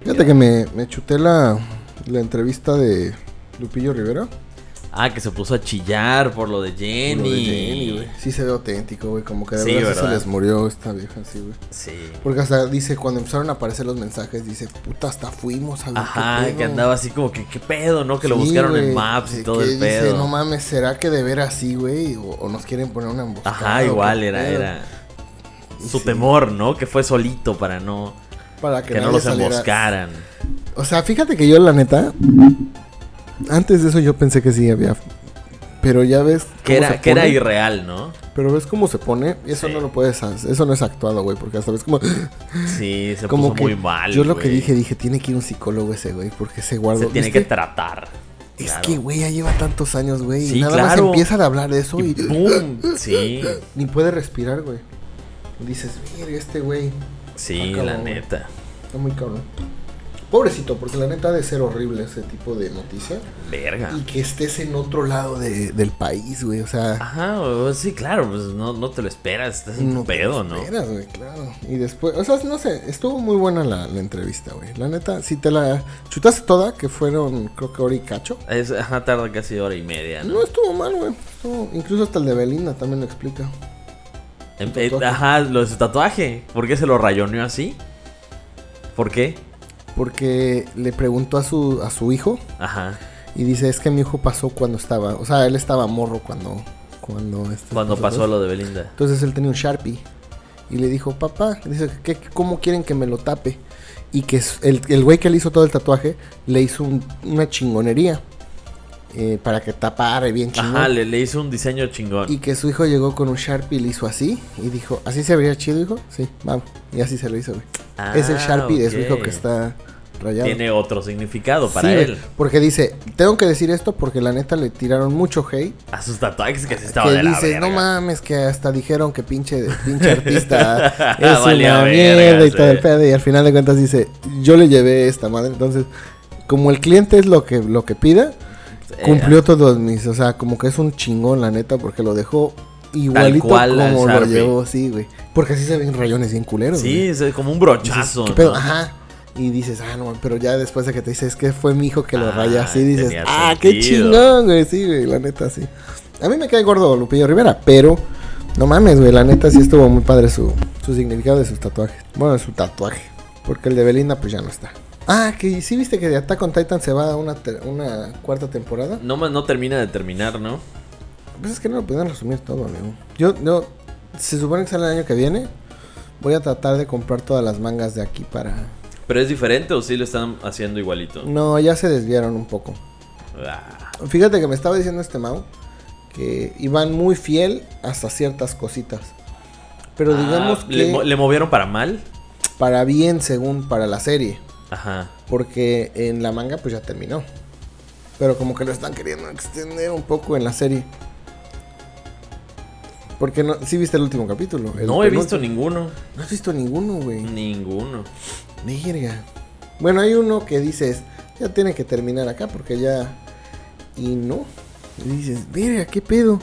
Fíjate que me, me chuté la, la entrevista de Lupillo Rivera. Ah, que se puso a chillar por lo de Jenny. Lo de Jenny, güey. Sí se ve auténtico, güey. Como que de Sí, verdad, sí se ¿verdad? les murió esta vieja, sí, güey. Sí. Porque hasta dice, cuando empezaron a aparecer los mensajes, dice, puta, hasta fuimos a ver Ajá, qué pedo". que andaba así como que qué pedo, ¿no? Que lo Sí, buscaron en güey. Maps y Sí, todo que el pedo. Dice, no mames, ¿será que de ver así, güey? O, o nos quieren poner una emboscada. Ajá, o igual qué era, pedo? era. Su Sí. temor, ¿no? Que fue solito para no. Para que, Que no nadie los saliera. emboscaran. O sea, fíjate que yo, la neta, antes de eso yo pensé que sí había. Pero ya ves. Que cómo era, se que era pone. irreal, ¿no? Pero ves cómo se pone. Y eso Sí. no lo puedes. hacer, Eso no es actuado, güey. Porque hasta ves como. Sí, se como puso que muy mal. Yo lo que güey. dije, dije, tiene que ir un psicólogo ese, güey. Porque se Se guardó. tiene ¿viste? que tratar. Es claro. que, güey, ya lleva tantos años, güey. y Sí, nada más claro. empieza a hablar de eso Y y, ¡Pum! Sí, ni puede respirar, güey. Y Dices, mira, este güey sí, Acabó, la güey. neta. está muy cabrón. Pobrecito, porque la neta ha de ser horrible ese tipo de noticia. Verga. Y que estés en otro lado de- del país, güey. O sea, Ajá, o- sí, claro, pues no, no te lo esperas, estás en no tu te lo pedo, ¿no? esperas, güey, claro. Y después, o sea, no sé, estuvo muy buena la, la entrevista, güey. La neta, si te la chutaste toda, que fueron, creo que hora y cacho. Es, ajá, tarda casi hora y media, ¿no? No estuvo mal, güey. Estuvo- Incluso hasta el de Belinda también lo explica. En- eh, tatuaje. ajá, lo de su tatuaje. ¿Por qué se lo rayoneó así? ¿Por qué? Porque le preguntó a su, a su hijo Ajá. y dice, es que mi hijo pasó cuando estaba, o sea, él estaba morro cuando... Cuando, este, Cuando pasó todo lo de Belinda. Entonces él tenía un Sharpie y le dijo, papá, dice, "¿Qué- ¿cómo quieren que me lo tape? Y que s- el el güey que le hizo todo el tatuaje le hizo un- una chingonería eh, para que tapare bien chingón. Ajá, le, le hizo un diseño chingón. Y que su hijo llegó con un Sharpie y le hizo así y dijo, ¿así se vería chido, hijo? Sí, vamos. Y así se lo hizo, güey. Ah, es el Sharpie de su ok. hijo que está rayado. Tiene otro significado para Sí, güey, él. Porque dice, tengo que decir esto porque la neta le tiraron mucho hate A sus tatuajes que se estaba que de la dices, verga. no mames, que hasta dijeron que pinche, pinche artista es Valía una verga, mierda y sí. todo el pedo. Y al final de cuentas dice, yo le llevé esta madre. Entonces, como el cliente es lo que, lo que pida, Eh, cumplió todos mis. O sea, como que es un chingón, la neta, porque lo dejó igualito cual al como lo Sharpie. llevó, sí, güey. Porque así se ven rayones bien culeros, Sí, güey. es eh, como un Dices, brochazo. "¿Qué pedo?". ¿no? Ajá. Y dices, ah, no, pero ya después de que te dices que fue mi hijo que lo Ah, raya así, tenía dices, ah, qué sentido". chingón, güey, sí, güey, la neta, sí. A mí me cae gordo Lupillo Rivera, pero no mames, güey, la neta sí estuvo muy padre su, su significado de sus tatuajes. Bueno, de su tatuaje, porque el de Belinda pues ya no está. Ah, que sí viste que de Attack on Titan se va a una, ter- una cuarta temporada. No, más no termina de terminar, ¿no? Pues es que no lo pueden resumir todo, amigo. Yo, yo, se supone que sale el año que viene. Voy a tratar de comprar todas las mangas de aquí para Pero es diferente o sí lo están haciendo igualito. No, ya se desviaron un poco. Ah, Fíjate que me estaba diciendo este Mau que iban muy fiel hasta ciertas cositas. Pero digamos ah, que Le, mo- le movieron para mal? para bien según para la serie. Ajá. Porque en la manga pues ya terminó. Pero como que lo están queriendo extender un poco en la serie. Porque no, sí viste el último capítulo. el No he visto penúltimo. ninguno. No has visto ninguno, güey. Ninguno. Verga. Bueno, hay uno que dices, ya tiene que terminar acá porque ya. Y no. Y dices, verga, qué pedo.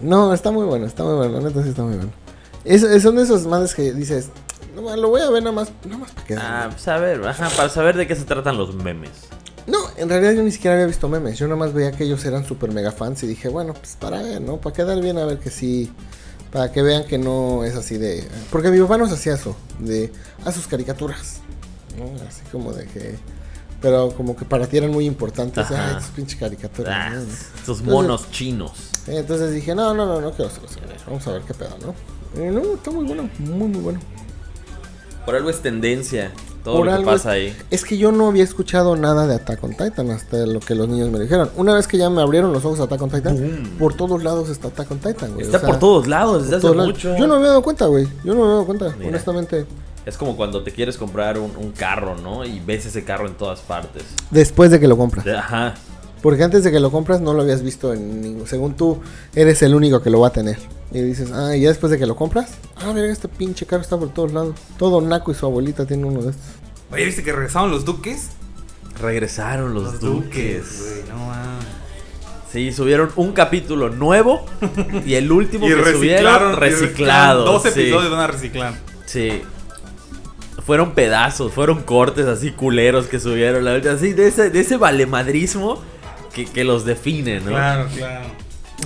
No, está muy bueno, está muy bueno, la neta sí está muy bueno. Es- es- son de esos madres que dices, no, ma, lo voy a ver nada más, nada más para Ah, quedarme. pues a ver, ajá, para saber de qué se tratan los memes. No, en realidad yo ni siquiera había visto memes. Yo nada más veía que ellos eran super mega fans y dije, bueno, pues para ver, ¿no? Para quedar bien, a ver que sí. Para que vean que no es así de. Porque mi papá nos hacía eso, de. A sus caricaturas. ¿no? Así como de que. Pero como que para ti eran muy importantes. Ajá. Ay, tus pinches caricaturas. Ah, ¿no? esos monos chinos. Entonces dije, no, no, no, no quiero hacerlo. Vamos a ver qué pedo, ¿no? Y no, está muy bueno, muy, muy bueno. Por algo es tendencia. Todo Por lo que algo pasa es, ahí. Es que yo no había escuchado nada de Attack on Titan hasta lo que los niños me dijeron. Una vez que ya me abrieron los ojos a Attack on Titan, Boom. por todos lados está Attack on Titan, güey. Está O sea, por todos lados desde por hace todos lados. mucho. Yo no me había dado cuenta, güey. Yo no me había dado cuenta, Mira. honestamente. Es como cuando te quieres comprar un, un carro, ¿no? Y ves ese carro en todas partes. Después de que lo compras. Ajá. Porque antes de que lo compras no lo habías visto en ningún. Según tú, eres el único que lo va a tener. Y dices, ah, y ya después de que lo compras, ah, mira, este pinche carro está por todos lados. Todo Naco y su abuelita tienen uno de estos. Oye, ¿viste que regresaron los duques? Regresaron los, duques. güey, no mames. Sí, subieron un capítulo nuevo y el último Y que subieron reciclaron. y reciclaron reciclado. Dos sí. episodios van a reciclar. Sí. fueron pedazos, fueron cortes así culeros que subieron, la verdad, así de ese, de ese valemadrismo que, que los define, ¿no? Claro, claro.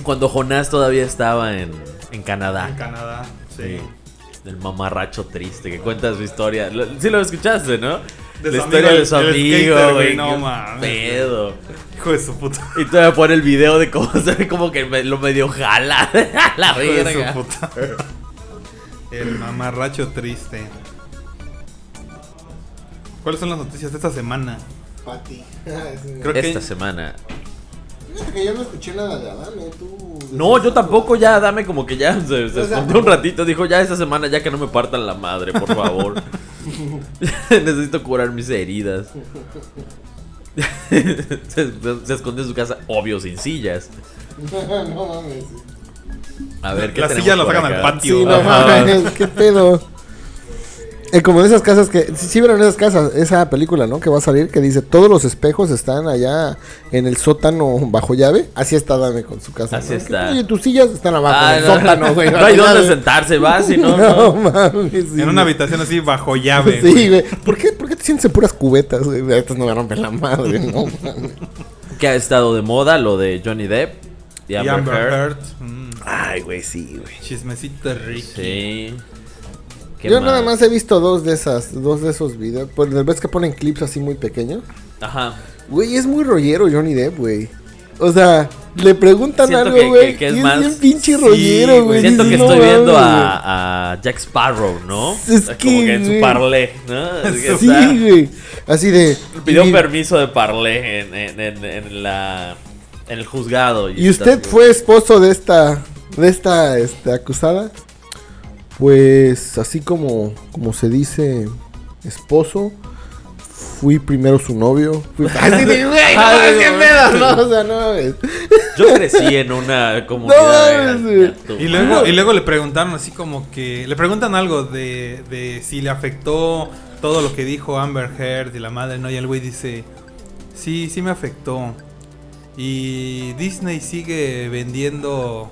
Cuando Jonás todavía estaba en, en Canadá. En Canadá, sí. Del mamarracho triste que cuenta su historia. Lo- Sí lo escuchaste, ¿no? De la su historia amigo, de su el- el amigo, güey. skater, güey, no qué mames. Pedo. Hijo de su puta. Y todavía pone el video de cómo se ve como que me- lo medio jala. A la Hijo de verga. su puta. El mamarracho triste. ¿Cuáles son las noticias de esta semana? Pati. Creo que- Esta semana. Fíjate que yo no escuché nada de Adame, tú. No, yo tampoco, ya dame como que ya se, se O sea, escondió un ratito. Dijo, ya esta semana, ya que no me partan la madre, por favor. Necesito curar mis heridas. se, se- se escondió en su casa, obvio, sin sillas. no mames. A ver, ¿qué La tenemos silla la por sacan acá? al patio. Sí, no Ajá. mames, qué pedo. Eh, como en esas casas que. Sí, sí, vieron esas casas, esa película, ¿no? Que va a salir, que dice: Todos los espejos están allá en el sótano bajo llave. Así está Dame con su casa. Así ¿no? está. Oye, tus sillas están abajo Ah, en el no, sótano, güey. no hay bajo dónde llave. sentarse, va, si no. No no. mames. sí, En una güey. habitación así bajo llave. Sí, güey. ¿Por qué, ¿Por qué te sientes en puras cubetas, güey? Estas no me rompen la madre, no mames. Que ha estado de moda lo de Johnny Depp y Y Amber, Amber Heard. Heard. Mm, Ay, güey, sí, güey. chismecito rico. Sí. ¿Qué Yo nada más he visto dos de esas, dos de esos videos. Pues ves que ponen clips así muy pequeños. Ajá. Güey, es muy rollero Johnny Depp, güey. O sea, le preguntan Siento que- algo, güey. que- que es y es más- bien pinche sí, rollero, güey. Pues güey. Siento que Dices, "No estoy viendo mames, a, a Jack Sparrow, ¿no? Es como que, que en su güey. parlé, ¿no? Es que güey". está- Sí, güey. Así de. pidió y- permiso de parlé en, en- en- en la, en el juzgado. ¿Y está usted así. fue esposo de esta, de esta, este, acusada? Pues así como, como se dice esposo, fui primero su novio. Fui... Así de, güey, no Ay, mames, qué pedo, no, o sea, no mames. Yo crecí en una comunidad. No, de- sí. de- Y luego, y luego le preguntaron así como que. Le preguntan algo de, de si le afectó todo lo que dijo Amber Heard y la madre, ¿no? Y el güey dice: Sí, sí me afectó. Y Disney sigue vendiendo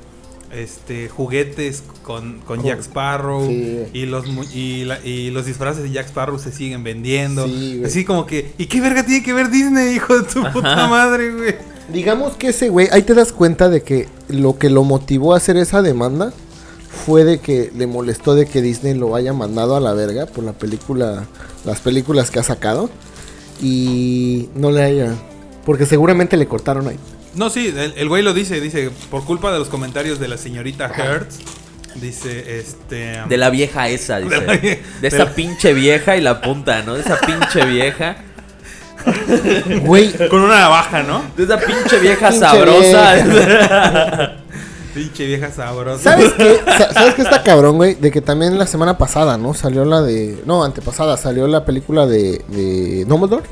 este juguetes con, con Jack Sparrow. Oh, Sí. Y, los, mu- y, la- y los disfraces de Jack Sparrow se siguen vendiendo. Sí, güey. así como que: ¿Y qué verga tiene que ver Disney, hijo de tu puta madre, güey? Digamos que ese güey, ahí te das cuenta de que lo que lo motivó a hacer esa demanda fue de que le molestó de que Disney lo haya mandado a la verga por la película, las películas que ha sacado y no le haya, porque seguramente le cortaron ahí. No, sí, el, el güey lo dice, dice, por culpa de los comentarios de la señorita Hertz, dice, este... De la vieja esa, dice. De la vie- De, esa de la- pinche vieja y la punta, ¿no? De esa pinche vieja. Güey, Con una navaja, ¿no? De esa pinche vieja Pinche sabrosa. Pinche vieja sabrosa. ¿Sabes qué? Sa- ¿Sabes qué está cabrón, güey? De que también la semana pasada, ¿no? Salió la de. No, antepasada, salió la película de, de Dumbledore.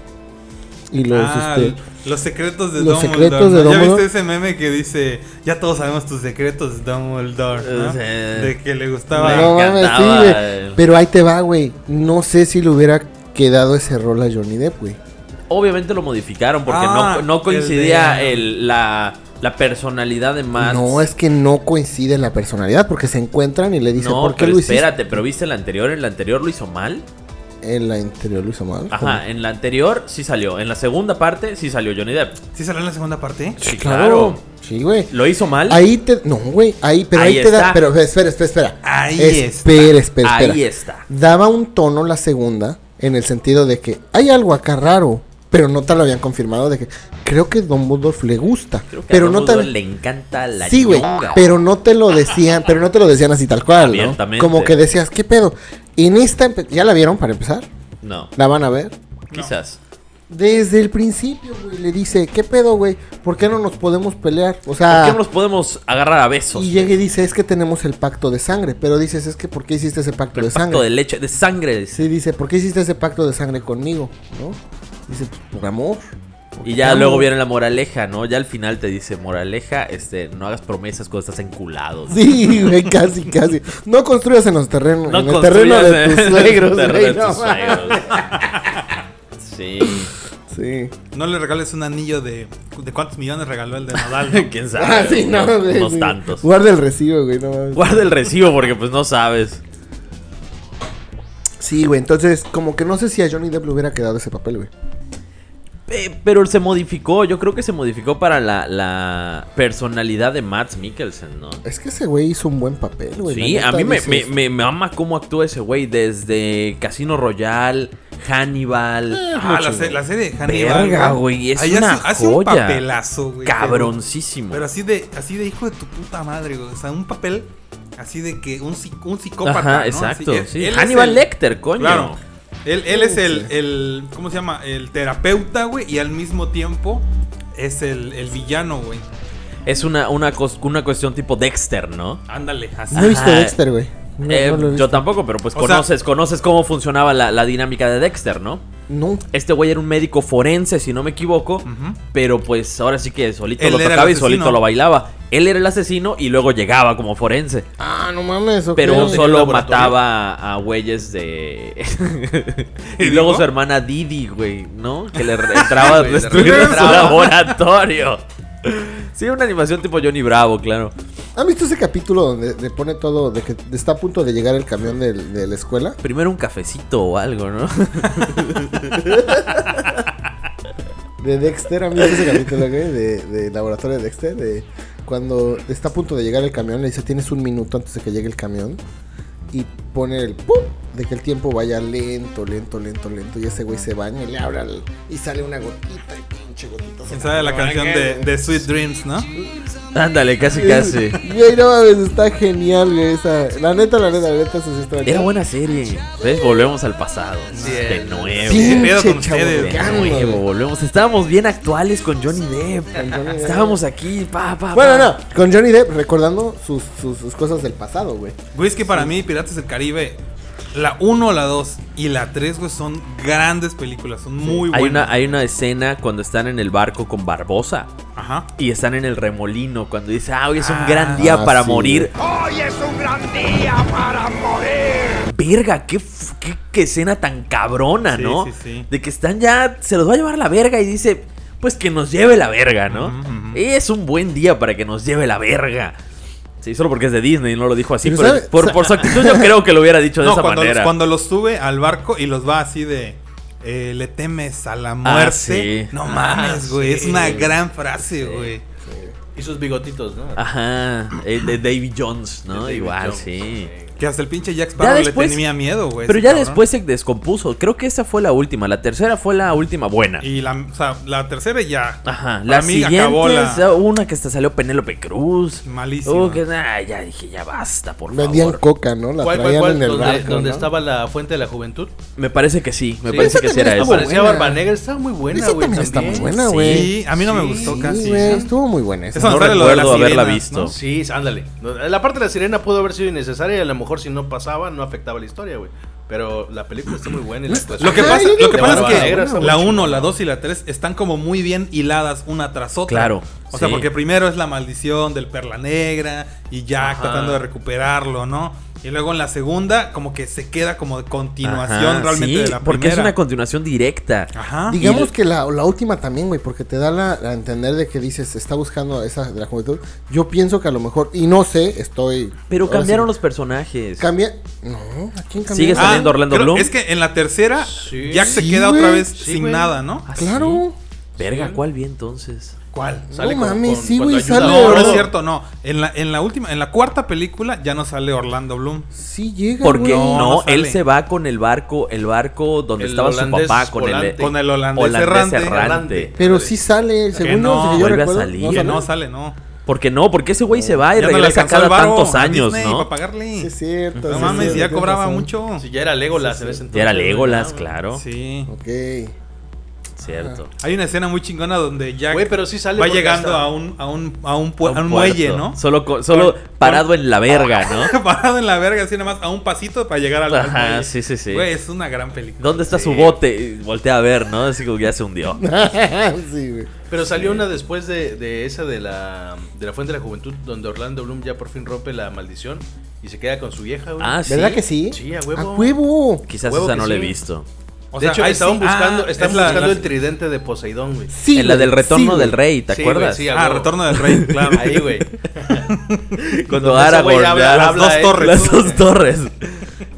Y los. Ah, este, los secretos de los Dumbledore. secretos ¿no? de ¿Ya Dumbledore? viste ese meme que dice, ya todos sabemos tus secretos, Dumbledore, ¿no? Sí. De que le gustaba... no me mames, sí, encantaba güey. el- Pero ahí te va, güey. No sé si le hubiera quedado ese rol a Johnny Depp, güey. Obviamente lo modificaron porque Ah, no, no coincidía el de- el- la, la personalidad de Matt. No, es que no coincide la personalidad porque se encuentran y le dicen, No, ¿por qué pero lo hiciste? espérate, pero viste el anterior, el anterior lo hizo mal. En la interior lo hizo mal. Ajá, en la anterior sí salió, en la segunda parte sí salió Johnny Depp. ¿Sí salió en la segunda parte? Sí, claro. Sí, güey. Lo hizo mal. Ahí te. No, güey. Ahí, pero ahí, Ahí te da. está. Pero espera, espera, espera. Ahí espera, espera, espera. Ahí está. Daba un tono la segunda en el sentido de que hay algo acá raro, pero no te lo habían confirmado de que creo que Don Budolf le gusta, Creo que pero a no Dumbledore te le encanta la Sí, güey, ñonga. pero no te lo decían, pero no te lo decían así tal cual, ¿no? Abiertamente. Como que decías, ¿qué pedo? En esta empe- ya la vieron para empezar, No, la van a ver. quizás. Desde el principio, güey, le dice, ¿qué pedo, güey? ¿Por qué no nos podemos pelear? O sea, ¿Por qué no nos podemos agarrar a besos? y llega y dice, es que tenemos el pacto de sangre, pero dices, es que ¿por qué hiciste ese pacto El de pacto sangre? de leche, de sangre. Sí, dice, ¿por qué hiciste ese pacto de sangre conmigo? ¿No? Dice, pues por amor. Y ya luego viene la moraleja, ¿no? Ya al final te dice, moraleja, este, no hagas promesas cuando estás enculado. Sí, güey, casi, casi. No construyas en los terrenos, No en el terreno de construyas en- tus suegros, en el güey, terreno de no tus mames. suegros. Sí, Sí. No le regales un anillo de... ¿De cuántos millones regaló el de Nadal? no? quién sabe. Ah, sí, no, unos- güey, unos sí. tantos. Guarda el recibo, güey, no mames. Guarda el recibo porque pues no sabes. Sí, güey, entonces como que no sé si a Johnny Depp le hubiera quedado ese papel, güey. Pe- Pero se modificó, yo creo que se modificó para la, la personalidad de Matt Mikkelsen, ¿no? Es que ese güey hizo un buen papel, güey. sí, la a neta, mí me, dices, me, me- me ama cómo actúa ese güey desde Casino Royale, Hannibal. Ah, la, mucho, se- güey. la serie de Hannibal. Verga, güey, es Ahí hace- una hace un joya. papelazo, güey. Cabroncísimo. Pero así de, así de hijo de tu puta madre, güey. O sea, un papel así de que un, psi- un psicópata. Ajá, ¿no? exacto. Así, él- sí. él es Hannibal el- Lecter, coño. Claro. Él, él es el, Sí. el- ¿Cómo se llama? El terapeuta, güey. Y al mismo tiempo es el, el villano, güey. Es una, una, cos- una cuestión tipo Dexter, ¿no? Ándale, así. No he visto Ajá. Dexter, güey. No, Eh, no lo he visto. yo tampoco, pero pues O sea- conoces, conoces cómo funcionaba la, la dinámica de Dexter, ¿no? No. Este güey era un médico forense, si no me equivoco, Ujú. pero pues ahora sí que solito Él lo era el tocaba y asesino. solito lo bailaba. Él era el asesino y luego llegaba como forense. Ah, no mames. ok. Pero Sí. solo laboratorio? mataba a güeyes de. y ¿Y luego dijo? su hermana Didi, güey, ¿no? Que le re- entraba a Güey, le destruir su reentraba. laboratorio. Sí, una animación tipo Johnny Bravo, claro. ¿Han visto ese capítulo donde le pone todo de que está a punto de llegar el camión del- de la escuela? Primero un cafecito o algo, ¿no? De Dexter, a mí ese capítulo, güey, de, de Laboratorio de Dexter, de cuando está a punto de llegar el camión, le dice, tienes un minuto antes de que llegue el camión, y pone el pum, de que el tiempo vaya lento, lento, lento, lento, y ese güey se baña y le abre al- y sale una gotita, y pinche gotita. ¿Quién sabe la canción de, de Sweet Dreams, no? Ándale, casi, casi. Güey, no mames, está genial, güey, esa, la neta, la neta, la neta, eso sí está Era buena serie. ¿Ves? Volvemos al pasado. Sí, de es. nuevo. ¿Qué pedo Pinche con ustedes? De chaborrucano, güey. nuevo, volvemos. Estábamos bien actuales con Johnny Depp. Con Johnny Depp. Estábamos aquí, pa, pa, Bueno, pa. no, con Johnny Depp recordando sus, sus, sus cosas del pasado, güey. Güey, es que para mí Piratas del Caribe, la 1, la 2 y la 3, güey, son grandes películas. Son muy Hay buenas. una, hay una escena cuando están en el barco con Barbosa Ajá. y están en el remolino cuando dice, ah, hoy es un Ah, gran día ah, para sí. morir. Hoy es un gran día para morir. Verga, qué, f- qué, qué escena tan cabrona, Sí, ¿no? sí, sí. De que están ya, se los va a llevar la verga y dice, pues que nos lleve la verga, ¿no? Ujú, ujú. Es un buen día para que nos lleve la verga. Sí, solo porque es de Disney, no lo dijo así, Pero pero, sabe- por, sa- por su actitud yo creo que lo hubiera dicho de No, esa cuando, manera. Los, cuando los sube al barco y los va así de. eh, le temes a la muerte. Ah, sí. No Ah, mames, güey. sí. Es una gran frase, güey. Y sus bigotitos, Ah, ¿no? Ajá, el de David Jones, ¿no? De David Igual, Jones, sí. Que hasta el pinche Jack Sparrow después- le tenía miedo, güey. Pero ese ya cabrón. después se descompuso. Creo que esa fue la última. La tercera fue la última buena. Y la, o sea, la tercera ya. Ajá. para La mí siguiente acabó la- es ah, una que hasta salió Penélope Cruz. Malísima. Uh, que, nah, ya dije, ya basta, por Vendían favor. coca, ¿no? La ¿Cuál, cuál, traían cuál? en el ¿Dónde, barco, dónde ¿no? estaba la fuente de la juventud? Me parece que sí. Me Sí. parece Esa que sí era también eso. estuvo Aparecía buena. Barba Negra, estaba muy buena, Esa güey. también está muy buena, Sí. güey. Sí, a mí no me Sí, gustó sí, casi. Sí, güey, estuvo muy buena esa. Esa No sale lo de la recuerdo haberla sirena, visto. ¿no? Sí, ándale. No, La parte de la sirena pudo haber sido innecesaria y a lo mejor si no pasaba no afectaba la historia, güey. Pero la película está muy buena y la actuación. Lo que Ajá, pasa, yo digo lo que que pasa Barba es Negra que está la muy 1, la 2 y la 3 están como muy bien hiladas una tras otra. Claro, O sea, sí. porque primero es la maldición del Perla Negra y Jack Ajá. tratando de recuperarlo, ¿no? Y luego en la segunda como que se queda como de continuación Ajá, realmente sí, de la primera. Ah. Porque es una continuación directa. Ajá. Digamos que la, la última también, güey, porque te da la, a entender de que dices, está buscando esa de la juventud. Yo pienso que a lo mejor, y no sé, estoy. Pero ahora cambiaron Ah, sí, los personajes. Cambia. No, ¿a quién cambiaron? Sigue saliendo Orlando Ah, creo- Bloom. Es que en la tercera Sí. Jack se Sí, queda otra güey. vez Sí, sin güey. nada, ¿no? Ah, Claro. sí. Verga, ¿cuál vi entonces? ¿Cuál? Sale No con- mames, con- sí, cuando güey, ayuda sale a No, Orlando. no es Oro. cierto, no. En la, en la última, en la cuarta película ya no sale Orlando Bloom. Sí llega, Porque güey. no, No, no él sale. se va con el barco, el barco donde El estaba su holandés papá con el volante. Con el holandés, holandés errante. errante. Pero sí sale, según no, lo que yo vuelve a recuerdo. salir. ¿no Que Que sale? no sale, no. Porque no, porque ese güey se va y Ya no le regresa alcanzó cada el varo tantos a años, Disney ¿no? para pagarle. Sí, es cierto. no sí, mames, sí, ya tienes cobraba razón. mucho. Si ya era Legolas en ese entonces. Ya era güey, Legolas, ¿no? claro. Sí. Ok. Cierto. Hay una escena muy chingona donde Jack Güey, pero sí sale va porque llegando hasta- a un, a un, a un, A pue- un a puerto. un muelle, ¿no? Solo, co- solo Con- con- parado en la verga, ¿no? Parado en la verga, así nomás, a un pasito para llegar al al Ajá, muelle. sí, sí, sí. Güey, es una gran película. ¿Dónde está su Sí. bote? Y Voltea a ver, ¿no? Así que ya se hundió. sí, güey. Pero salió una después de, de esa de la, de la Fuente de la Juventud, donde Orlando Bloom ya por fin rompe la maldición y se queda con su vieja, güey. Ah, sí. ¿Verdad que sí? Sí, a huevo. A huevo. Quizás Huevo esa que no la he sí. visto. O de sea, hecho, ahí estaban sí- buscando, ah, estaban es la- buscando la- el tridente de Poseidón, güey. Sí, en la güey, del retorno sí, del güey. rey, ¿te Sí, güey, acuerdas? sí, a Ah, huevo. Retorno del Rey, claro. Ahí, güey. Cuando Donde ese Aragorn güey habla, ya- habla, dos eh. torres. Las dos torres.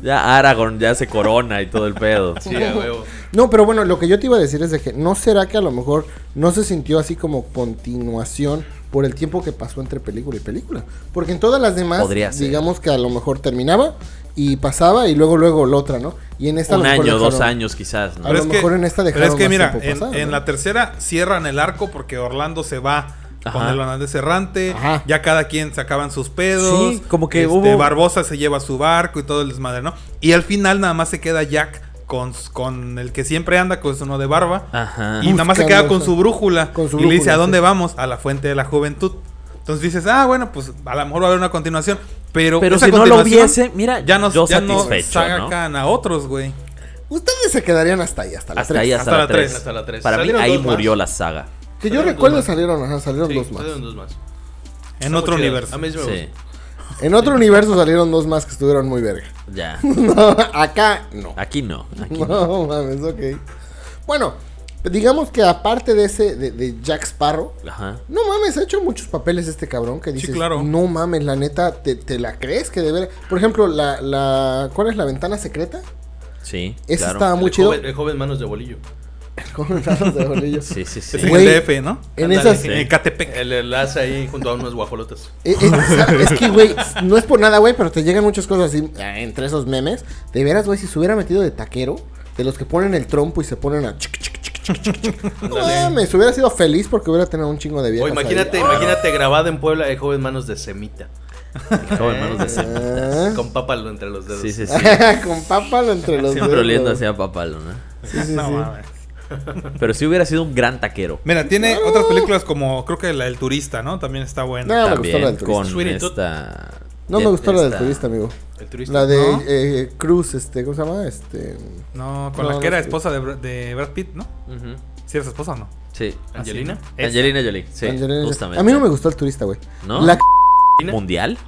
Ya Aragorn ya se corona y todo el pedo. Sí, a huevo. No, pero bueno, lo que yo te iba a decir es de que no será que a lo mejor no se sintió así como continuación por el tiempo que pasó entre película y película. Porque en todas las demás, Podría ser. digamos que a lo mejor terminaba y pasaba y luego, luego la otra, ¿no? Y en esta a Un lo mejor año, dos dejaron- años quizás, ¿no? A lo mejor en esta pero dejaron es que más mira, tiempo en, pasar, en ¿no? la tercera cierran el arco porque Orlando se va con Ajá. el holandés errante. Ajá. Ya cada quien sacaban sus pedos. Sí, como que este, hubo- Barbosa se lleva su barco y todo el desmadre, ¿no? Y al final nada más se queda Jack con, con el que siempre anda, con uno de barba. Ajá. Y nada más se Buscando queda con eso. su brújula. Con su y le dice, brújula, ¿a dónde sí. vamos? A la fuente de la juventud. Entonces dices, ah, bueno, pues a lo mejor va a haber una continuación. Pero, Pero esa si no lo continuación hubiese, mira, ya nos, yo ya nos satisfecho, sacan a otros, güey. Ustedes se quedarían hasta ahí, hasta la Hasta tres. ahí, hasta, Hasta la la 3. tres, hasta la tres. Para mí Salieron ahí dos más. murió la saga. Que yo Salieron recuerdo dos más. salieron, ajá, salieron Sí, dos más. salieron dos más. En Está otro muy chida. universo. A mí sí me Sí. gusta. En otro universo salieron dos más que estuvieron muy verga. Ya. No, acá no. Aquí no. Aquí no. No mames, ok. Bueno, digamos que aparte de ese, de, de Jack Sparrow, Ajá. no mames, ha hecho muchos papeles este cabrón que dices, claro. no mames, la neta, te, te la crees que de ver. Por ejemplo, la, la, ¿cuál es la ventana secreta? Sí. Esa claro. estaba Ah, muy El chido. joven- el joven manos de bolillo. Con lados de bolillo. Sí, sí, sí. Es en Güey. el DF, ¿no? En Ándale, esas, sí. En Ecatepec. El enlace ahí junto a unos guajolotas. Eh, eh, sabe- Es, que, güey, no es por nada, güey, pero te llegan muchas cosas así eh, entre esos memes. De veras, güey, si se hubiera metido de taquero, de los que ponen el trompo y se ponen a. chic, chic, chic, chic, chic, chic, No mames, hubiera sido feliz porque hubiera tenido un chingo de O viejas. imagínate, ahí. imagínate grabado en Puebla el joven manos de semita. El joven manos de Sem- Ah. Con pápalo entre los dedos. Sí, sí, sí. Con pápalo entre los Siempre oliendo dedos. hacia papalo, ¿no? Sí, sí, No sí. mames. Pero si hubiera sido un gran taquero. Mira, tiene otras películas como, creo que la del turista, ¿no? También está buena. No, me gustó también la del con turista. Sweetie Toot. esta. No me de- gustó la del esta- turista, amigo. El turista. La de ¿no? eh, Cruz, este, ¿cómo se llama? Este. No, con No, la no que era sé. esposa de, Br- de Brad Pitt, ¿no? Ujú. Si eres esposa o no. Sí. Angelina. Esa. Angelina Jolie. Sí, Angelina Jolie. justamente. A mí no me gustó el turista, güey. ¿No? La, que- ¿Mundial?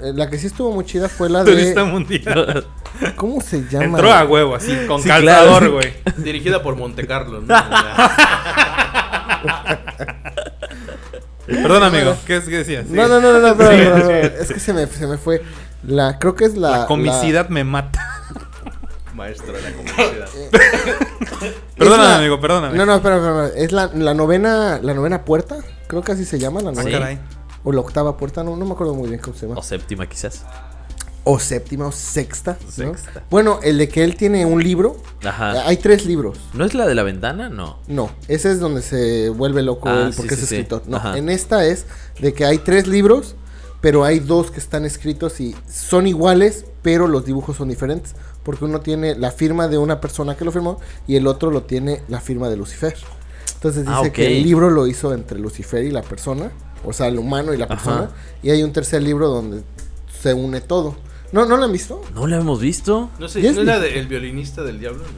eh, la que sí estuvo muy chida fue la Turista Ah, de. mundial. ¿Cómo se llama? Entró a huevo, así, con Sí, calzador, claro. güey. Dirigida por Monte Carlo, ¿no? O sea, Perdón, amigo. ¿Qué, qué decías? No, no, no, no, no, pero- pero- pero- es que se me, se me fue. La, creo que es la. La comicidad me mata. maestro de la comunidad. es Perdóname, la- amigo, perdóname. No, no, espera, espera, espera. Es la, la novena, la novena puerta, creo que así se llama, la Ah, Sí. novena. caray. O la octava puerta, no, no me acuerdo muy bien cómo se llama. O séptima, quizás. O séptima o sexta. ¿no? Sexta. Bueno, el de que él tiene un libro. Ajá. Hay tres libros. ¿No es la de la ventana? No. No, ese es donde se vuelve loco Ah, él sí, porque sí, es sí. escritor. No, Ajá. en esta es de que hay tres libros, pero hay dos que están escritos y son iguales, pero los dibujos son diferentes. Porque uno tiene la firma de una persona que lo firmó y el otro lo tiene la firma de Lucifer. Entonces dice Ah, ok. que el libro lo hizo entre Lucifer y la persona, o sea, el humano y la Ajá. persona. Y hay un tercer libro donde se une todo. ¿No, ¿no lo han visto? ¿No la hemos visto? No sé, ¿Y es ¿no era de El violinista del diablo?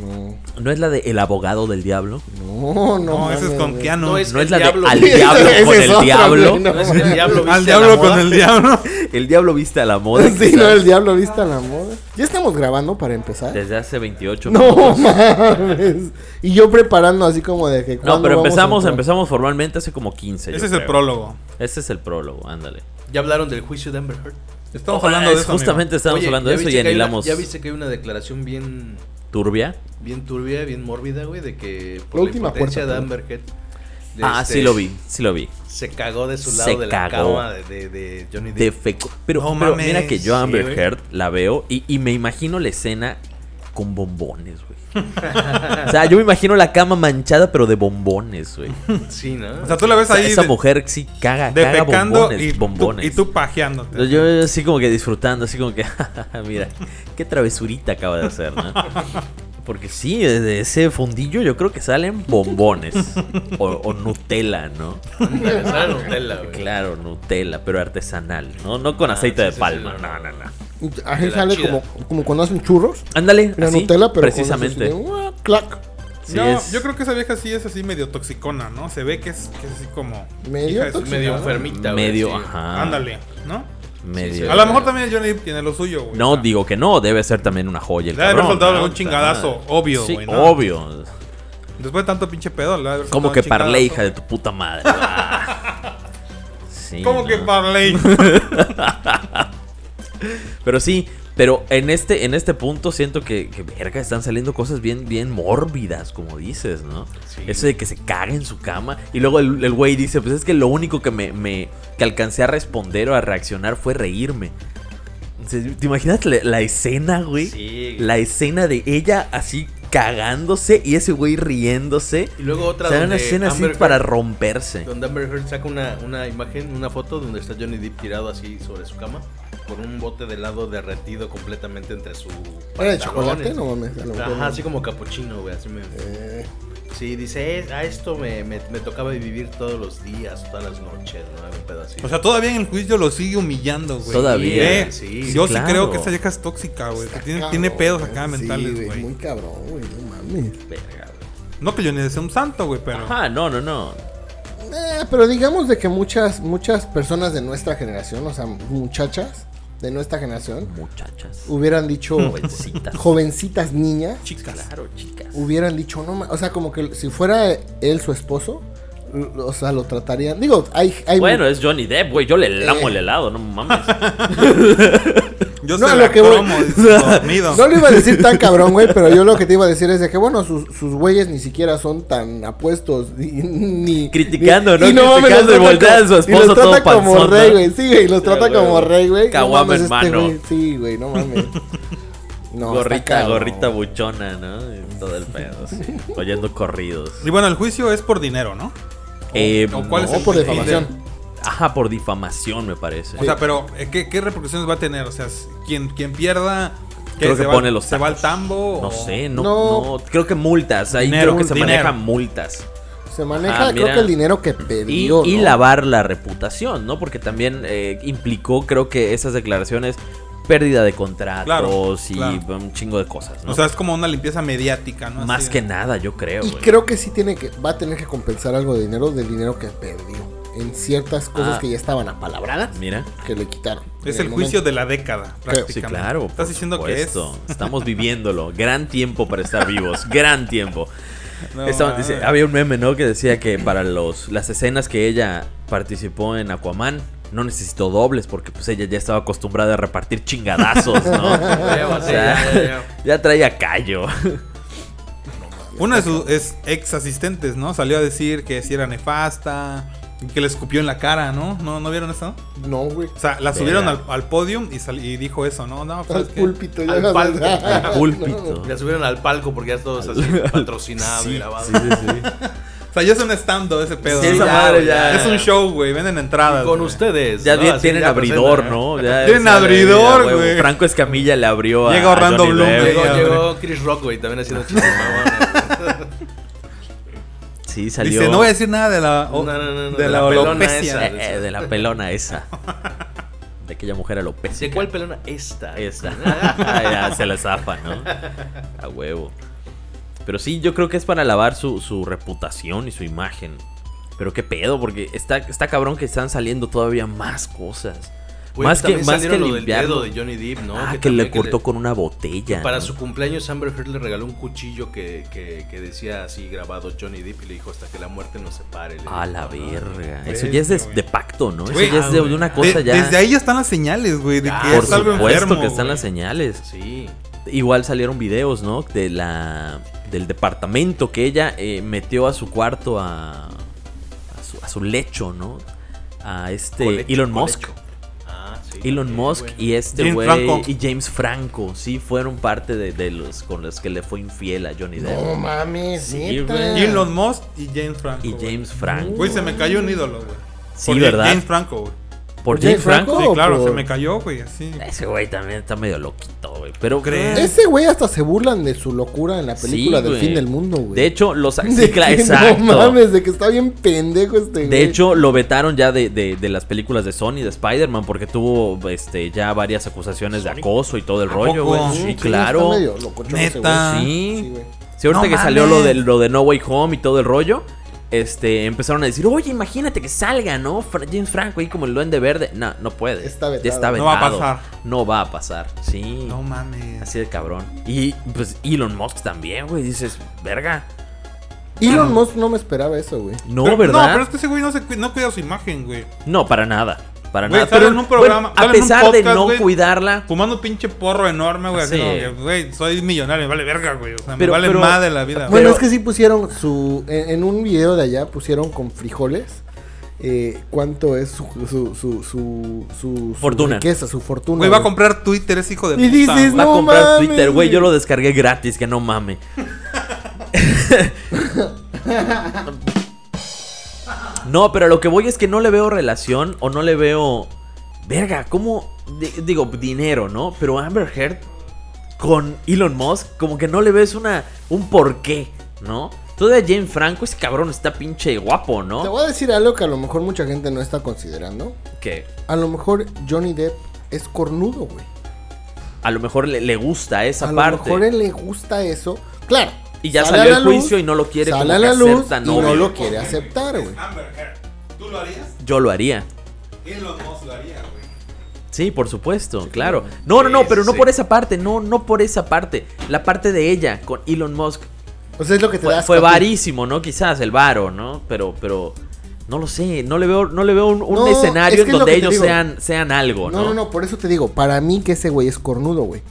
No. No, ¿No es la de El abogado del diablo? no, no. No, ese es mames, con güey. Keanu. No, es- ¿No El es la diablo. de Al Ese- diablo ese con es el otro, diablo? güey, no. No, es que el diablo viste Al a la diablo moda. con el diablo. El diablo viste a la moda. Sí, quizás. no, el diablo viste a la moda. Ya estamos grabando para empezar. Desde pues. hace 28 No minutos. mames. Y yo preparando así como de que. No, ¿cuándo Ah, pero vamos a empezamos, entrar? empezamos formalmente hace como 15. yo Ese es el creo. prólogo. Ese es el prólogo, ándale. Ya hablaron del juicio de Amber Heard. Estamos Oh, hablando es- de eso, Justamente amigo. estamos Oye, hablando de ¿ya eso viste y que hay una- anilamos Ya viste que hay una declaración bien, turbia. bien turbia, bien mórbida, güey, de que por La la, última impotencia puerta, de Amber Heard. Ah, este, sí lo vi, sí lo vi. Se cagó de su Se lado de la cagó. cama de, de- de Johnny Depp. Defecó. Pero, No pero mames. mira que yo a Sí, Amber güey. Heard la veo y, y me imagino la escena con bombones, güey. o sea, yo me imagino la cama manchada, pero de bombones, güey. Sí, ¿no? O sea, tú la ves O sea, ahí esa de- mujer sí caga, caga defecando bombones, y, bombones. Tú, y tú Yo, pajeándote. yo así como que disfrutando, así como que, mira, qué travesurita acaba de hacer, ¿no? Porque sí, desde ese fundillo yo creo que salen bombones o, o Nutella, ¿no? Ándale, sale Nutella, güey. Claro, Nutella, pero artesanal, ¿no? No con Ah, aceite sí, de sí, palma, sí, no, sí. no, no. Ahí de la sale chida. como, como cuando hacen churros. Ándale, La así, Nutella, pero. con eso ¿Ah, precisamente. así de, ¡guau! clac. Sí, no, es yo creo que esa vieja sí es así medio toxicona, ¿no? Se ve que es, que es así como. Medio hija de su- tóxica. Medio enfermita, güey, medio, sí. ajá, Ándale, ¿no? medio. sí, sí. A lo mejor también Johnny Depp tiene lo suyo, güey. No O sea, digo que no, debe ser también una joya el Le debe haber cabrón, soltado ¿no? algún chingadazo, Ah, obvio, Sí, güey, ¿no? obvio. Después de tanto pinche pedo, le debe haber Como soltado que un chingadazo. parlé, hija de tu puta madre. Ah. Sí, Como que no. parlé. Pero sí, Pero en este, en este punto siento que, que verga, están saliendo cosas bien, bien mórbidas, como dices, ¿no? Sí. Eso de que se caga en su cama. Y luego el el güey dice, pues es que lo único que me, me- que alcancé a responder o a reaccionar fue reírme. Entonces, ¿Te imaginas la, la escena, güey? Sí. La escena de ella así cagándose y ese güey riéndose. Y luego otra Será una donde escena así Amber Heard- para romperse. Donde Amber Heard saca una, una imagen, una foto donde está Johnny Depp tirado así sobre su cama con un bote de helado derretido completamente entre su Era de pantalones. chocolate, no mames. a lo mejor Ajá, no. así como capuchino, güey, así me... Eh, Sí, dice, "Es- a esto me, me, me tocaba vivir todos los días, todas las noches, ¿no? Un pedacito. O sea, todavía en el juicio lo sigue humillando, güey. Todavía, Eh, sí, Yo claro. sí creo que esta vieja es tóxica, güey. Que tiene, tiene cabrón, pedos acá sí, mentales, güey. Muy cabrón, güey, no mames. Verga, güey. No que yo ni sea un santo, güey, pero. Ajá, no, no, no. Eh, pero digamos de que muchas, muchas personas de nuestra generación, o sea, muchachas de nuestra generación, Muchachas. hubieran dicho, Jovencitas. jovencitas niñas, Chicas. Claro, chicas. hubieran dicho, no, ma- o sea, como que si fuera él su esposo, l- o sea, lo tratarían. Digo, hay. hay Bueno, es Johnny Depp, güey. Yo le lamo Eh. el helado, no mames. Yo No, se lo la que voy- como, dice, dormido. No lo iba a decir tan cabrón, güey, pero yo lo que te iba a decir es de que, bueno, sus, sus güeyes ni siquiera son tan apuestos, ni... ni Criticando, ni- y ¿no? mames, Criticando los y voltea trata a su como- y esposo los todo trata como panzón, rey, ¿no? güey, sí, güey, los Sí, trata güey. como rey, güey. No Caguama mames, en este mano. güey, Sí, güey, no mames. No, está gorrita, cabrón. gorrita buchona, ¿no? Y Todo el pedo, sí. Oyendo corridos. Y bueno, el juicio es por dinero, ¿no? Eh, ¿O cuál es No, el por perfil defamación. de- Ajá, por difamación, me parece. O sea, pero eh, ¿qué, qué repercusiones va a tener? O sea, s- quien, quien pierda, ¿qué, Creo que se va- pone los ¿Se va al tacos. tambo? no o- sé, no, No. no. Creo que multas. Ahí Dinero, creo que se dinero. manejan multas. Se maneja, Ajá, creo Ah, mira. que el dinero que Y, perdió, y ¿no? lavar la reputación, ¿no? Porque también eh, implicó, creo que esas declaraciones, pérdida de contratos Claro, y claro. un chingo de cosas, ¿no? O sea, es como una limpieza mediática, ¿no? Más Así que de- nada, yo creo. Y güey. creo que sí tiene que, va a tener que compensar algo de dinero del dinero que perdió. En ciertas cosas Ah. que ya estaban apalabradas, Mira. que le quitaron. Es en el momento. juicio de la década, prácticamente. Sí, claro. por Estás diciendo supuesto. Estamos viviéndolo. Gran tiempo para estar vivos. Gran tiempo. que es. No, Estaba- ah, dice, había un meme, ¿no? Que decía que para los, las escenas que ella participó en Aquaman no necesitó dobles porque pues ella ya estaba acostumbrada a repartir chingadazos, ¿no? Huevo, O sí, ya, sea, ya, ya. ya traía callo. Una de sus es- ex asistentes, ¿no? Salió a decir que si era nefasta, y que le escupió en la cara, ¿no? ¿No, no vieron eso? No, güey. O sea, la subieron al, Verga. al podio y, sal- y dijo eso, ¿no? No, pues Al es que- púlpito, ya al sabes. palco, al No, púlpito. Ya subieron al palco porque ya todo está así patrocinado y grabado. Pues, O sea, ya es un stand-up ese pedo. Sí, ¿no? esa madre ya. Es un show, güey. Venden entradas. Con güey. ustedes. Ya ¿no? bien Así tienen ya abridor, presentan, ¿no? Ya pues, eh, Tienen sale, abridor, a huevo. güey. Franco Escamilla le abrió a Llega a Orlando Johnny Bloom, Depp. güey. Llegó, Ya, llegó Chris Rock, güey, también haciendo chistes. mamón. Sí, salió. Dice, no voy a decir nada de la, Oh, No, no, no, no, de de la, la pelona alopecia". esa. Eh, eh, de la pelona esa. De aquella mujer alopecia. ¿De cuál pelona? Esta. eh, Esta. Ah, ya se la zafa, ¿no? A huevo. Pero sí, yo creo que es para lavar su, su reputación y su imagen. Pero qué pedo, porque está, está cabrón que están saliendo todavía más cosas. Güey, más que, también más que salieron lo del limpiarlo. dedo de Johnny Depp, ¿no? Ah, que, también le cortó con una botella. Para ¿no? su cumpleaños, Amber Heard le regaló un cuchillo que, que, que decía así grabado Johnny Depp y le dijo hasta que la muerte nos separe. le A dijo, la ¿no? verga. Bestia, Eso ya es de, güey. de pacto, ¿no? Eso Güey, ya es de, ah, de una güey. cosa De- ya. Desde ahí ya están las señales, güey, de que Ah, por es algo supuesto enfermo. que están güey. las señales. Sí. Igual salieron videos, ¿no? De la, del departamento que ella eh, metió a su cuarto, a, a, su, a su lecho, ¿no? A este Colecho, Elon Musk. colecho. Ah, sí. Elon también, Musk güey. y este James güey Franco. y James Franco, sí, fueron parte de, de los con los que le fue infiel a Johnny Depp. No mames, Sí, neta. güey. Elon Musk y James Franco. y güey. James Franco. Güey, se me cayó un ídolo, güey. Sí, Pues, Por ¿verdad? James Franco, güey. ¿Por James James Franco? Franco? Sí, Oh, claro, por- se me cayó, güey, así. Ese güey también está medio loquito, güey. Pero ¿Crees? Ese güey hasta se burlan de su locura en la Sí, película del güey. fin del mundo, güey. De hecho, los sí, De claro, que exacto. No mames, de que está bien pendejo este güey. De hecho, lo vetaron ya de, de- de las películas de Sony, de Spider-Man, porque tuvo este, ya varias acusaciones de acoso y todo el ¿A rollo, poco? güey. Sí, Sí, Sí, claro. está medio locochón ese Neta. güey. Sí, Sí. güey. Sí, ahorita No que salió lo de, mames. lo de No Way Home y todo el rollo, este, empezaron a decir, oye, imagínate que salga, ¿no? Fra- James Franco ahí como el duende verde. No, no puede. Está vetado. Ya está No va a vetado. pasar. No va a pasar, sí. No mames. Así de cabrón. Y pues Elon Musk también, güey. Dices, verga. Ah. Elon Musk no me esperaba eso, güey. No, Pero- ¿verdad? No, pero es que ese güey no, se, cu- no cuida su imagen, güey. No, para nada. Para Güey, nada. sale Pero en un programa- bueno, a sale en un pesar de podcast, no güey. cuidarla, Fumando un pinche porro enorme, güey. así Sí. como que, Güey, soy millonario, me vale verga, güey. O sea, Pero- me vale pero- madre la vida. Bueno, Pero- es que sí pusieron su. En, en un video de allá pusieron con frijoles. eh, cuánto es su, su, su, su, su- su Fortuna. riqueza, su fortuna. Güey, va a güey. comprar Twitter, es hijo de Y puta. dices, va No a comprar mames, Twitter, güey. Yo güey. lo descargué gratis, que no mame. no, pero a lo que voy es que no le veo relación o no le veo. Verga, ¿cómo? Di- Digo, dinero, ¿no? Pero Amber Heard con Elon Musk, como que no le ves una, un porqué, ¿no? Todavía Jane Franco, ese cabrón está pinche guapo, Te ¿no? voy a decir algo que a lo mejor mucha gente no está considerando. Que A lo mejor Johnny Depp es cornudo, güey. a lo mejor le, le gusta esa A parte. lo mejor él le gusta eso. Claro. Y ya sale a salió la el luz, juicio y no lo quiere Sale como a que la hacer luz tan y no obvio. lo quiere aceptar, güey. Amber Heard, ¿tú lo harías? Yo lo haría. Elon Musk lo haría, güey. Sí, por supuesto, claro. No, no, no, Sí, pero sí, no sí. por esa parte, no, no por esa parte. La parte de ella con Elon Musk O sea, es lo que te fue, das. fue varísimo, ¿no? Quizás el varo, ¿no? Pero, pero no lo sé, no le veo, no le veo un, un No, escenario es que en es lo donde que te ellos digo. sean, sean algo, ¿no? No, no, no, por eso te digo, para mí que ese güey es cornudo, güey.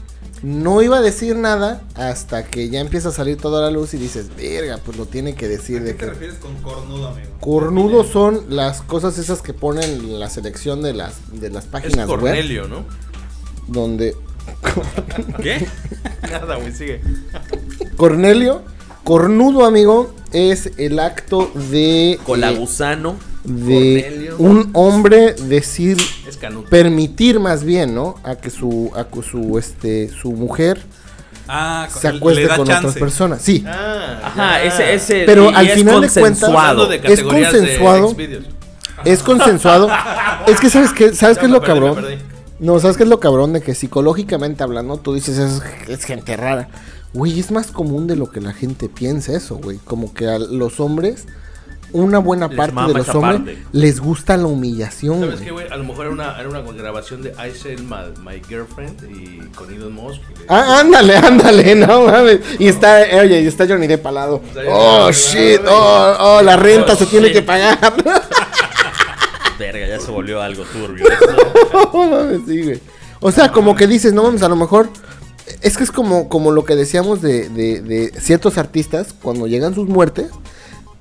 No iba a decir nada hasta que ya empieza a salir toda la luz y dices, verga, pues lo tiene que decir de ¿Qué te que... refieres con cornudo, amigo? Cornudo son las cosas esas que ponen en la selección de las, de las Es páginas web. Cornelio, ¿no? Donde ¿Qué? Nada, güey, sigue. Cornelio, cornudo, amigo, es el acto de... eh, Colagusano. de Cornelio. un hombre decir Es Canuto. permitir más bien, ¿no? A que su a que su este su mujer Ah, se acueste con otras personas. Sí. Ah, Ajá, ya. ese, ese. Pero y al es final de cuentas- consensuado. Hablando de Es categorías consensuado. De Xvideos. Es consensuado. es que sabes que sabes Ya qué es me lo perdí, me cabrón. perdí. No, sabes qué es lo cabrón de que psicológicamente hablando tú dices es, es gente rara. Güey, es más común de lo que la gente piensa eso, güey. Como que a los hombres una buena Les parte mama de los esa hombres parte. les gusta la humillación. ¿Sabes güey. qué, güey? A lo mejor era una, era una grabación de I Sell My, My Girlfriend y con Elon Musk. Ah, ándale, ándale, no mames. Y está, eh, oye, y está Johnny Depp al lado. Está Johnny Oh, Depp al shit, lado, oh, oh, la renta Oh, se tiene shit. que pagar. Verga, ya se volvió algo turbio. No mames, sí, güey. O sea, como que dices, no mames, a lo mejor. Es que es como, como lo que decíamos de, de- de ciertos artistas, cuando llegan sus muertes,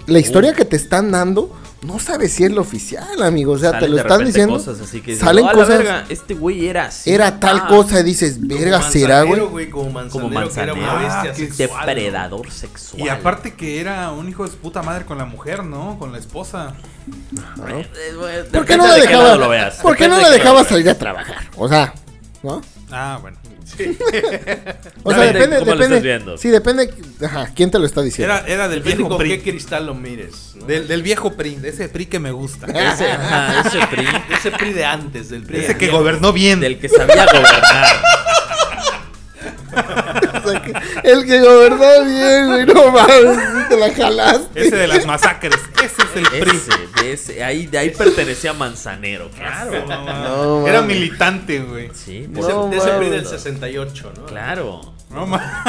la historia que te están dando, no sabes si es la oficial, amigo. O sea, te Salen lo de están repente diciendo. cosas así que dices, salen "Ah, la cosas. verga, este güey era así. Era tal Ah, cosa y dices, verga, será, güey. Como manzanero. Como Como manzanero. que era una manzanero. bestia Ah, qué sexual, ¿no? Depredador sexual. Y aparte que era un hijo de su puta madre con la mujer, ¿no? Con la esposa. ¿Por qué no la Depende de qué lado dejabas? lo veas. ¿Por qué no Depende la de qué dejabas lado lo salir a trabajar? O sea, ¿no? Ah, bueno. O sea, Depende depende, cómo lo depende. estés viendo. Sí, depende. Ajá, ¿quién te lo está diciendo? Era, era del Depende viejo con qué PRI. cristal lo mires. ¿no? Del, del viejo PRI, de ese PRI que me gusta. veas. Ese, ajá, ese PRI De ese PRI de antes, del PRI. Ese que gobernó bien. del que sabía gobernar. O sea, que- el que gobernó bien, güey, no mames, te la jalaste. Ese de las masacres. Ese es el PRI. Ese, de ese. Ahí, de ahí pertenecía a Manzanero. Claro. No, mames. No, era mames. militante, güey. Sí, De por- ese, No de ese PRI mames. del 68, ¿no? pues, claro. No, ma-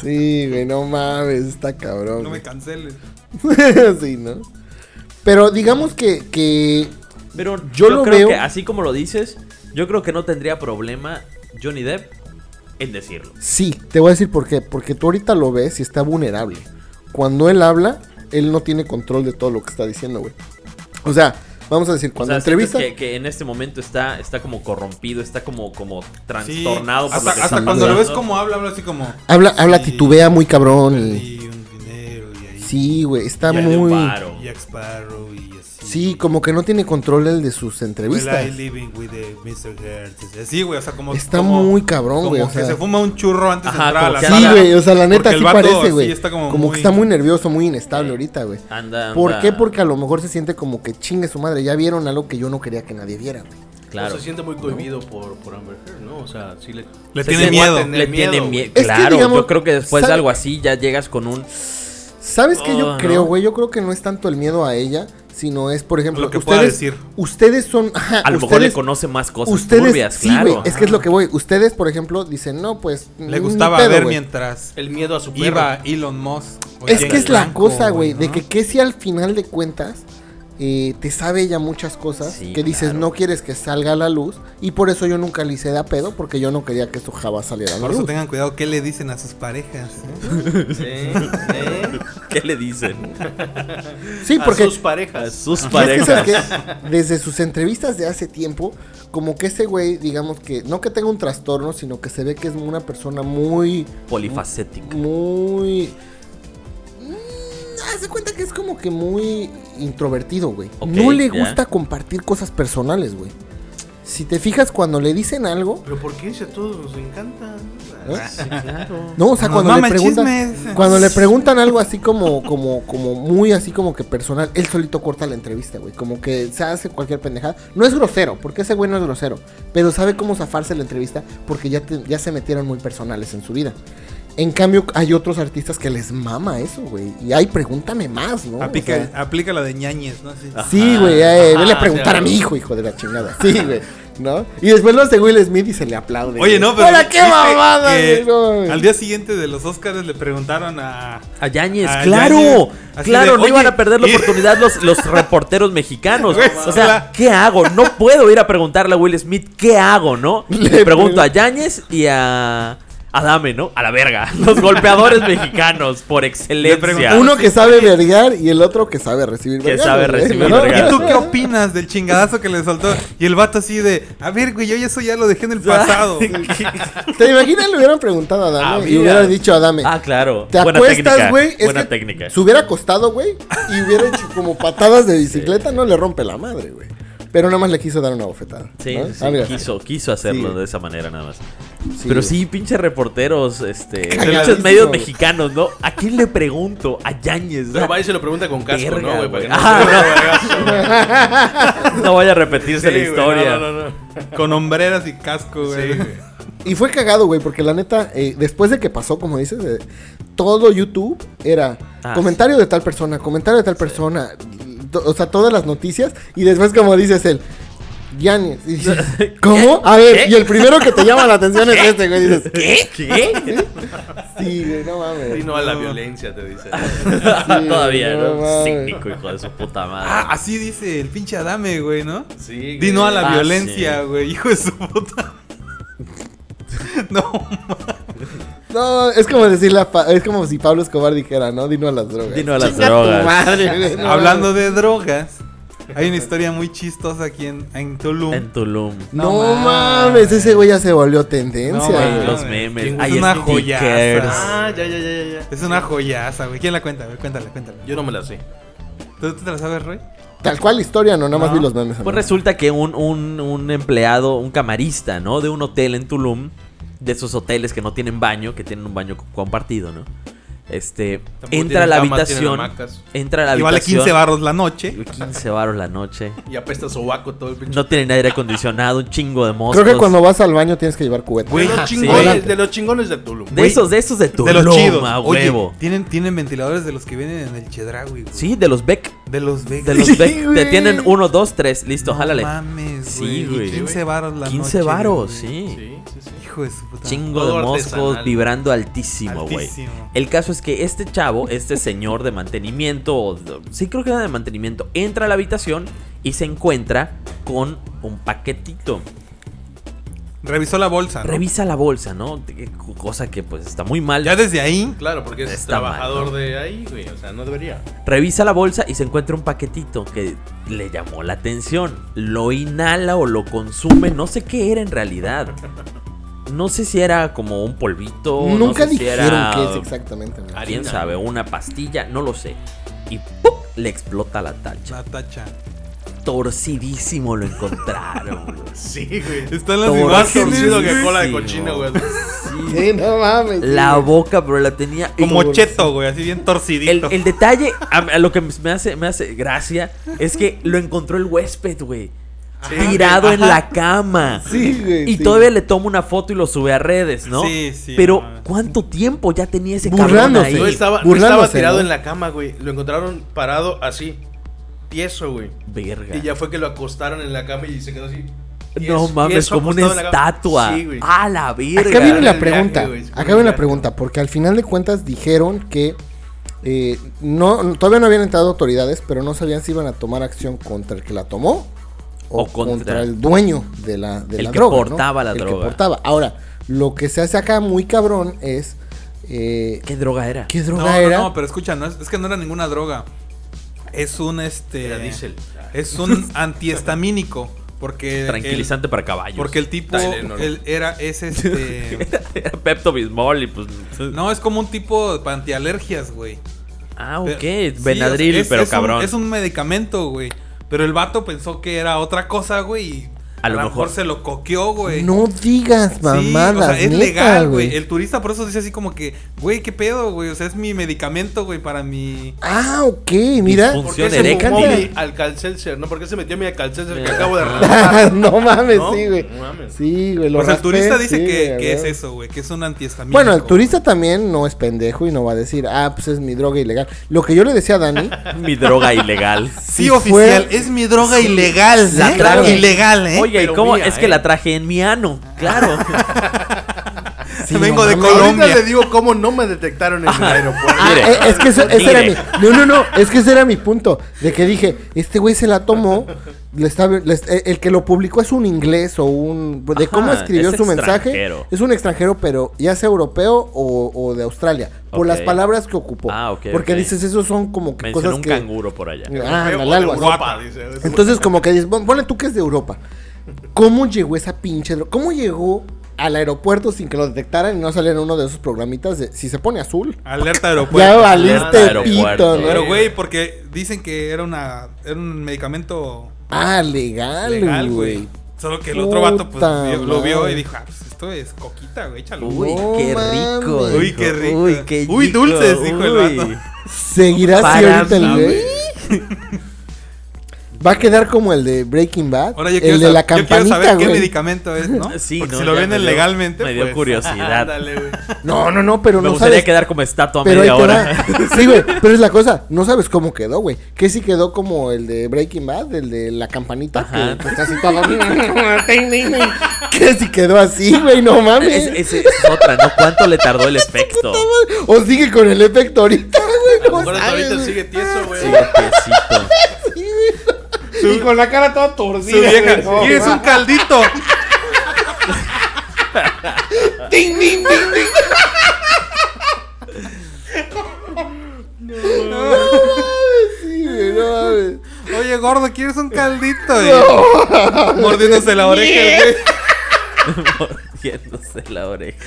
Sí, güey, no mames, está cabrón. no me güey. canceles. sí, ¿no? Pero digamos que, que Pero Yo yo, lo creo veo- que, así como lo dices, yo creo que no tendría problema Johnny Depp en decirlo. sí, te voy a decir por qué. Porque tú ahorita lo ves y está vulnerable. Cuando él habla, él no tiene control de todo lo que está diciendo, güey. O sea, vamos a decir, O cuando sea, entrevista. sientes Que, que en este momento está, está como corrompido, está como, como trastornado por hasta, lo que hasta está cuando lo ves pasando. como habla, habla así como. Habla, habla, Sí. titubea muy cabrón. y- Y un dinero y ahí. Sí, güey, está Ya de un muy. varo. Jack Sparrow y así. Sí, como que no tiene control el de Pues sus Well, entrevistas. I living with the Mr. Hertz. Sí, güey, o sea, como. Está como- muy cabrón, como güey, o que sea. se fuma un churro antes Ajá, de entrar a como la que Sí, sala. güey, o sea, la neta Porque el sí vato parece, sí güey. está como como que muy- está muy nervioso, muy inestable ahorita, güey. Anda, anda. ¿Por qué? Porque a lo mejor se siente como que chingue su madre. Ya vieron algo que yo no quería que nadie viera, güey. Claro. No se siente muy cohibido por, por Amber Heard, ¿no? O sea, sí le. Le Se tiene siente- miedo. Le tiene miedo. miedo. que, Claro, digamos, yo creo que después sabe- de algo así ya llegas con un. ¿Sabes qué yo Oh, creo, no. güey? Yo creo que no es tanto el miedo a ella, sino es, por ejemplo, Lo que ustedes, pueda decir. ustedes son. ajá, A lo mejor le ustedes- conoce más cosas Ustedes, turbias, sí, claro. güey, es que es lo que voy. Ustedes, por ejemplo, dicen, no, pues. Le ni gustaba pedo, ver güey. mientras El miedo a su perro. iba Elon Musk. o Es James que es la Franco, cosa, güey, de ¿no? que qué si al final de cuentas y te sabe ya muchas cosas Sí, que dices claro. no quieres que salga a la luz y por eso yo nunca le hice de a pedo porque yo no quería que esto jamás saliera a la Por eso luz. tengan cuidado qué le dicen a sus parejas. ¿no? Sí, sí. ¿Qué le dicen? Sí, A porque sus A parejas. sus Y es que, parejas. ¿sabes qué? Desde sus entrevistas de hace tiempo, como que ese güey, digamos que, no que tenga un trastorno, sino que se ve que es una persona muy, Polifacética. muy... Mm, Haz de cuenta que es como que muy introvertido, güey. Ok, no le ya. gusta compartir cosas personales, güey. Si te fijas, cuando le dicen algo... Pero ¿por qué si a todos nos encanta? ¿Eh? Sí, claro. No, o sea, Nos cuando mama le el preguntan... chisme. Cuando le preguntan algo así como, como, como muy así como que personal, él solito corta la entrevista, güey. Como que se hace cualquier pendejada. No es grosero, porque ese güey no es grosero. Pero sabe cómo zafarse la entrevista porque ya, te- ya se metieron muy personales en su vida. En cambio, hay otros artistas que les mama eso, güey. Y ahí pregúntame más, ¿no? O Aplica, sea, aplica la de ñañes, ¿no? Así. sí, güey. eh, Ajá, vele a o preguntar sea, a mi hijo, hijo de la chingada. Sí, güey. ¿No? Y después lo hace Will Smith y se le aplaude. güey. Oye, no, pero. ¡Para qué ¿viste mamada, que güey? No, güey. Al día siguiente de los Oscars le preguntaron a. A Yáñez, A claro. Yáñez. Así Claro, de, no iban "Oye, a perder la y- oportunidad los, los reporteros mexicanos. Güey, o sea, hola. ¿qué hago? No puedo ir a preguntarle a Will Smith, ¿qué hago, no? Le pregunto a Yáñez y a. Adame, ¿no? A la verga. Los golpeadores mexicanos, por excelencia. preguntaron- Uno que sabe vergar y el otro que sabe recibir Que vergas, sabe güey, recibir ¿no? vergas. ¿Y tú qué opinas del chingadazo que le soltó? Y el vato así de. A ver, güey, yo eso ya lo dejé en el pasado. ¿Te imaginas le hubieran preguntado a Ah, Dame y mira. hubiera dicho a Dame? Ah, claro. ¿Te Buena técnica. acuestas, güey? Es Buena que técnica. Se hubiera acostado, güey, y hubiera hecho como patadas de bicicleta, no le rompe la madre, güey. Pero nada más le quiso dar una bofetada. Sí, ¿no? sí, Ah, mira. quiso, quiso hacerlo Sí. de esa manera nada más. Pero sí, pinches reporteros, este, pinches Cagadísimo, medios güey. mexicanos, ¿no? ¿A quién le pregunto? A Yáñez, Pero ¿no? va y se lo pregunta con casco, Verga, ¿no, güey? Para güey. que no Ah, se vea no. vergazo, güey. No vaya a repetirse la Sí, güey, historia. No, no, no. Con hombreras y casco, güey. Sí, güey. Y fue cagado, güey, porque la neta, eh, después de que pasó, como dices, eh, todo YouTube era Ah, comentario de tal persona, comentario de tal persona, to- o sea, todas las noticias, y después, como dices él, Yanis, y dices, ¿cómo? A ver, ¿Qué? y el primero que te llama la atención es este, güey, dices, ¿Qué? ¿Qué? sí, güey, no Sí, mames. no a la violencia, te dice. Todavía, no ¿no? mames. Cínico, hijo de su puta madre. Ah, así dice el pinche Adame, güey, ¿no? Sí, güey. Di no a la Ah, violencia, sí. güey. Hijo de su puta. No, No, es como decirle a Pa- es como si Pablo Escobar dijera, ¿no? Dino a las drogas. Dino a las Chinga tu drogas. madre, güey, no Hablando mames. de drogas, hay una historia muy chistosa aquí en, en Tulum. En Tulum. No, mames, ese güey ya se volvió tendencia, No güey. Ay, los mames. memes. Es Ay, una stickers. joyaza. Ah, ya, ya, ya, ya, ya. Es una joyaza, güey. ¿Quién la cuenta? A ver, cuéntala, cuéntala. Yo no me la sé. ¿Tú, tú te la sabes, Roy? Tal cual la historia, no, nada más No. vi los memes. Pues Ah, ¿no? resulta que un, un, un empleado, un camarista, ¿no? De un hotel en Tulum, de esos hoteles que no tienen baño, que tienen un baño co- compartido, ¿no? Este, entra a tienen la camas, habitación. tienen hamacas. Entra a la Y vale habitación. 15 barros la noche. 15 baros la noche. Y apesta sobaco todo el pinche. No tienen aire acondicionado, un chingo de moscos. Creo que cuando vas al baño tienes que llevar cubeta. de, Güey, los sí. chingones, Adelante. de los chingones de Tulum. De Güey, esos, de esos de Tulum, de los chidos. a Oye, hueven. tienen, tienen ventiladores de los que vienen en el Chedraui, güey. Sí, de los Beck. De los Vegas. De los Beck. Te güey. tienen uno, dos, tres. Listo, No jálale. mames, Sí, güey. Y güey. 15 baros la 15 noche. varos, güey. sí. Sí, sí, sí. Hijo de su puta. Chingo Todo de moscos artesanal. vibrando altísimo, güey. Altísimo. El caso es que este chavo, este señor de mantenimiento, o de- sí creo que era de mantenimiento, entra a la habitación y se encuentra con un paquetito. Revisó la bolsa. ¿no? Revisa la bolsa, ¿no? Eh, Cosa que pues está muy mal. Ya desde ahí. Claro, porque es Está mal, trabajador ¿no? de ahí, güey. O sea, no debería. Revisa la bolsa y se encuentra un paquetito que le llamó la atención. Lo inhala o lo consume, no sé qué era en realidad. No sé si era como un polvito. no Nunca sé si dijeron era- qué es exactamente. güey. Ah, Quién harina. sabe, una pastilla, no lo sé. Y ¡pum! le explota la tacha. La tacha. Torcidísimo lo encontraron. güey. Sí, güey. Están las Todo Más imágenes. torcido que güey. cola de Sí, cochino, no. güey. Sí, no mames. sí, La güey. boca, pero la tenía Como cheto, güey. Así bien El, torcidito. el detalle, a, a lo que me hace, me hace gracia, es que lo encontró el huésped, güey. Ah, tirado en la cama. Sí, güey. Y sí. todavía le toma una foto y lo sube a redes, ¿no? Sí, sí, Pero no mames. ¿cuánto tiempo ya tenía ese cabrón Burlándose. ahí? No estaba, no burlándose, estaba tirado ¿no? en la cama, güey. Lo encontraron parado así, tieso, güey. Verga. Y ya fue que lo acostaron en la cama y se quedó así. no tieso- mames, tieso como una acostado en la cama. estatua. Ah, Sí, güey. a la verga. Acá viene en la el viaje, pregunta. güey, es como acá viene un la viaje. pregunta. Porque al final de cuentas dijeron que eh, no, todavía no habían entrado autoridades, pero no sabían si iban a tomar acción contra el que la tomó o, O contra, contra- el dueño de la, de El la que droga. ¿no? portaba la El que droga. portaba. Ahora, lo que se hace acá muy cabrón es. eh, ¿Qué droga era? ¿Qué droga No, no, era? no, pero escucha, no es, es que no era ninguna droga. Es un este. Era diésel. Es un antihistamínico. Porque. Tranquilizante para caballos. El, porque el tipo. Tylenol. él era, es este. era Pepto Bismol y pues. no, es como un tipo de antialergias, güey. Ah, Pero- ok. sí, Benadryl, o sea, es- pero es un- cabrón. es un medicamento, güey. Pero el vato pensó que era otra cosa, güey. y A lo mejor. se lo coqueó, güey. No digas Sí, o sea, mamadas. es neta, legal, güey. El turista por eso dice así como que, güey, qué pedo, güey. O sea, es mi medicamento, güey, para mi. Ah, ok, mira. Disfunción. Porque se eréctil. fumó mi alcalcelser, ¿no? Porque se metió mi alcalcelser que acabo de no mames, No, sí, güey. no mames. Sí, güey. lo Pues el raspé, turista dice sí, que, güey, que es güey. eso, güey, que es un antihistamínico. Bueno, el turista también no es pendejo y no va a decir, ah, pues es mi droga ilegal. Lo que yo le decía a Dani, Mi droga ilegal. Sí, si oficial, fue- es mi droga ilegal. La sí, trago claro. ilegal, ¿eh? Oye, ¿y Pero cómo? mía, es eh. que la traje en mi ano. Claro. sí, Vengo no de mames. Ahorita Colombia. le digo cómo no me detectaron en el aeropuerto. Ah, Mire. eh, es que eso- ese era mi. Mire. No, no, no. Es que ese era mi punto. De que dije, este güey se la tomó. le está- le est- eh, el que lo publicó es un inglés o un. De Ajá, cómo escribió es su mensaje. extranjero. Es un extranjero, pero ya sea europeo o, o de Australia. Por Ok. las palabras que ocupó. Ah, ok, Porque ok. dices, esos son como que Mencionó cosas un que. canguro por allá. Ah, Europeo ándale, o de algo así. Europa, dice. Entonces, como que dices, pon- ponle tú que es de Europa. ¿Cómo llegó esa pinche droga? ¿Cómo llegó al aeropuerto sin que lo detectaran y no saliera uno de esos programitas de si se pone azul? Alerta aeropuerto. Ya Alerta valiste aeropuerto. pito, ¿no? Pero, güey, porque dicen que era una era un medicamento Ah, legal, legal, güey. güey. Solo que el otro vato pues, Puta vio- lo vio madre. y dijo, ah, pues esto es coquita, güey, échalo. Uy, No qué mames. rico. Uy, dijo. qué rico. Uy, qué Uy, rico. dulces, dijo el Uy. vato. Seguirá así Para ahorita el saber. güey. Va a quedar como el de Breaking Bad. Ahora yo quiero, el de sab- la yo quiero campanita, saber qué güey. medicamento es, ¿no? Sí, Porque no, si lo ya venden me dio- legalmente, Me dio pues, curiosidad. Ándale, güey. No, no, no, pero Me no gustaría sabes. quedar como estatua pero ahí media te hora. va. Sí, güey, pero es la cosa, no sabes cómo quedó, güey. Que si quedó como el de Breaking Bad, el de la campanita, Ajá. que pues, así todo. Ting, ting, ting. que si quedó así, güey, no mames. Es, es- es otra, ¿no? ¿Cuánto le tardó el efecto? O sigue con el efecto ahorita, A güey. lo No mejor hasta sabes, ahorita güey. sigue tieso, güey. Sí, piecito. Y con la cara toda Su torcida. vieja, güey. No, ¿quieres va. un caldito? Ding, ding, ding, ding. Sí, güey, no mames. Oye, gordo, ¿quieres un caldito? Y Mordiéndose la oreja, güey. Mordiéndose la oreja.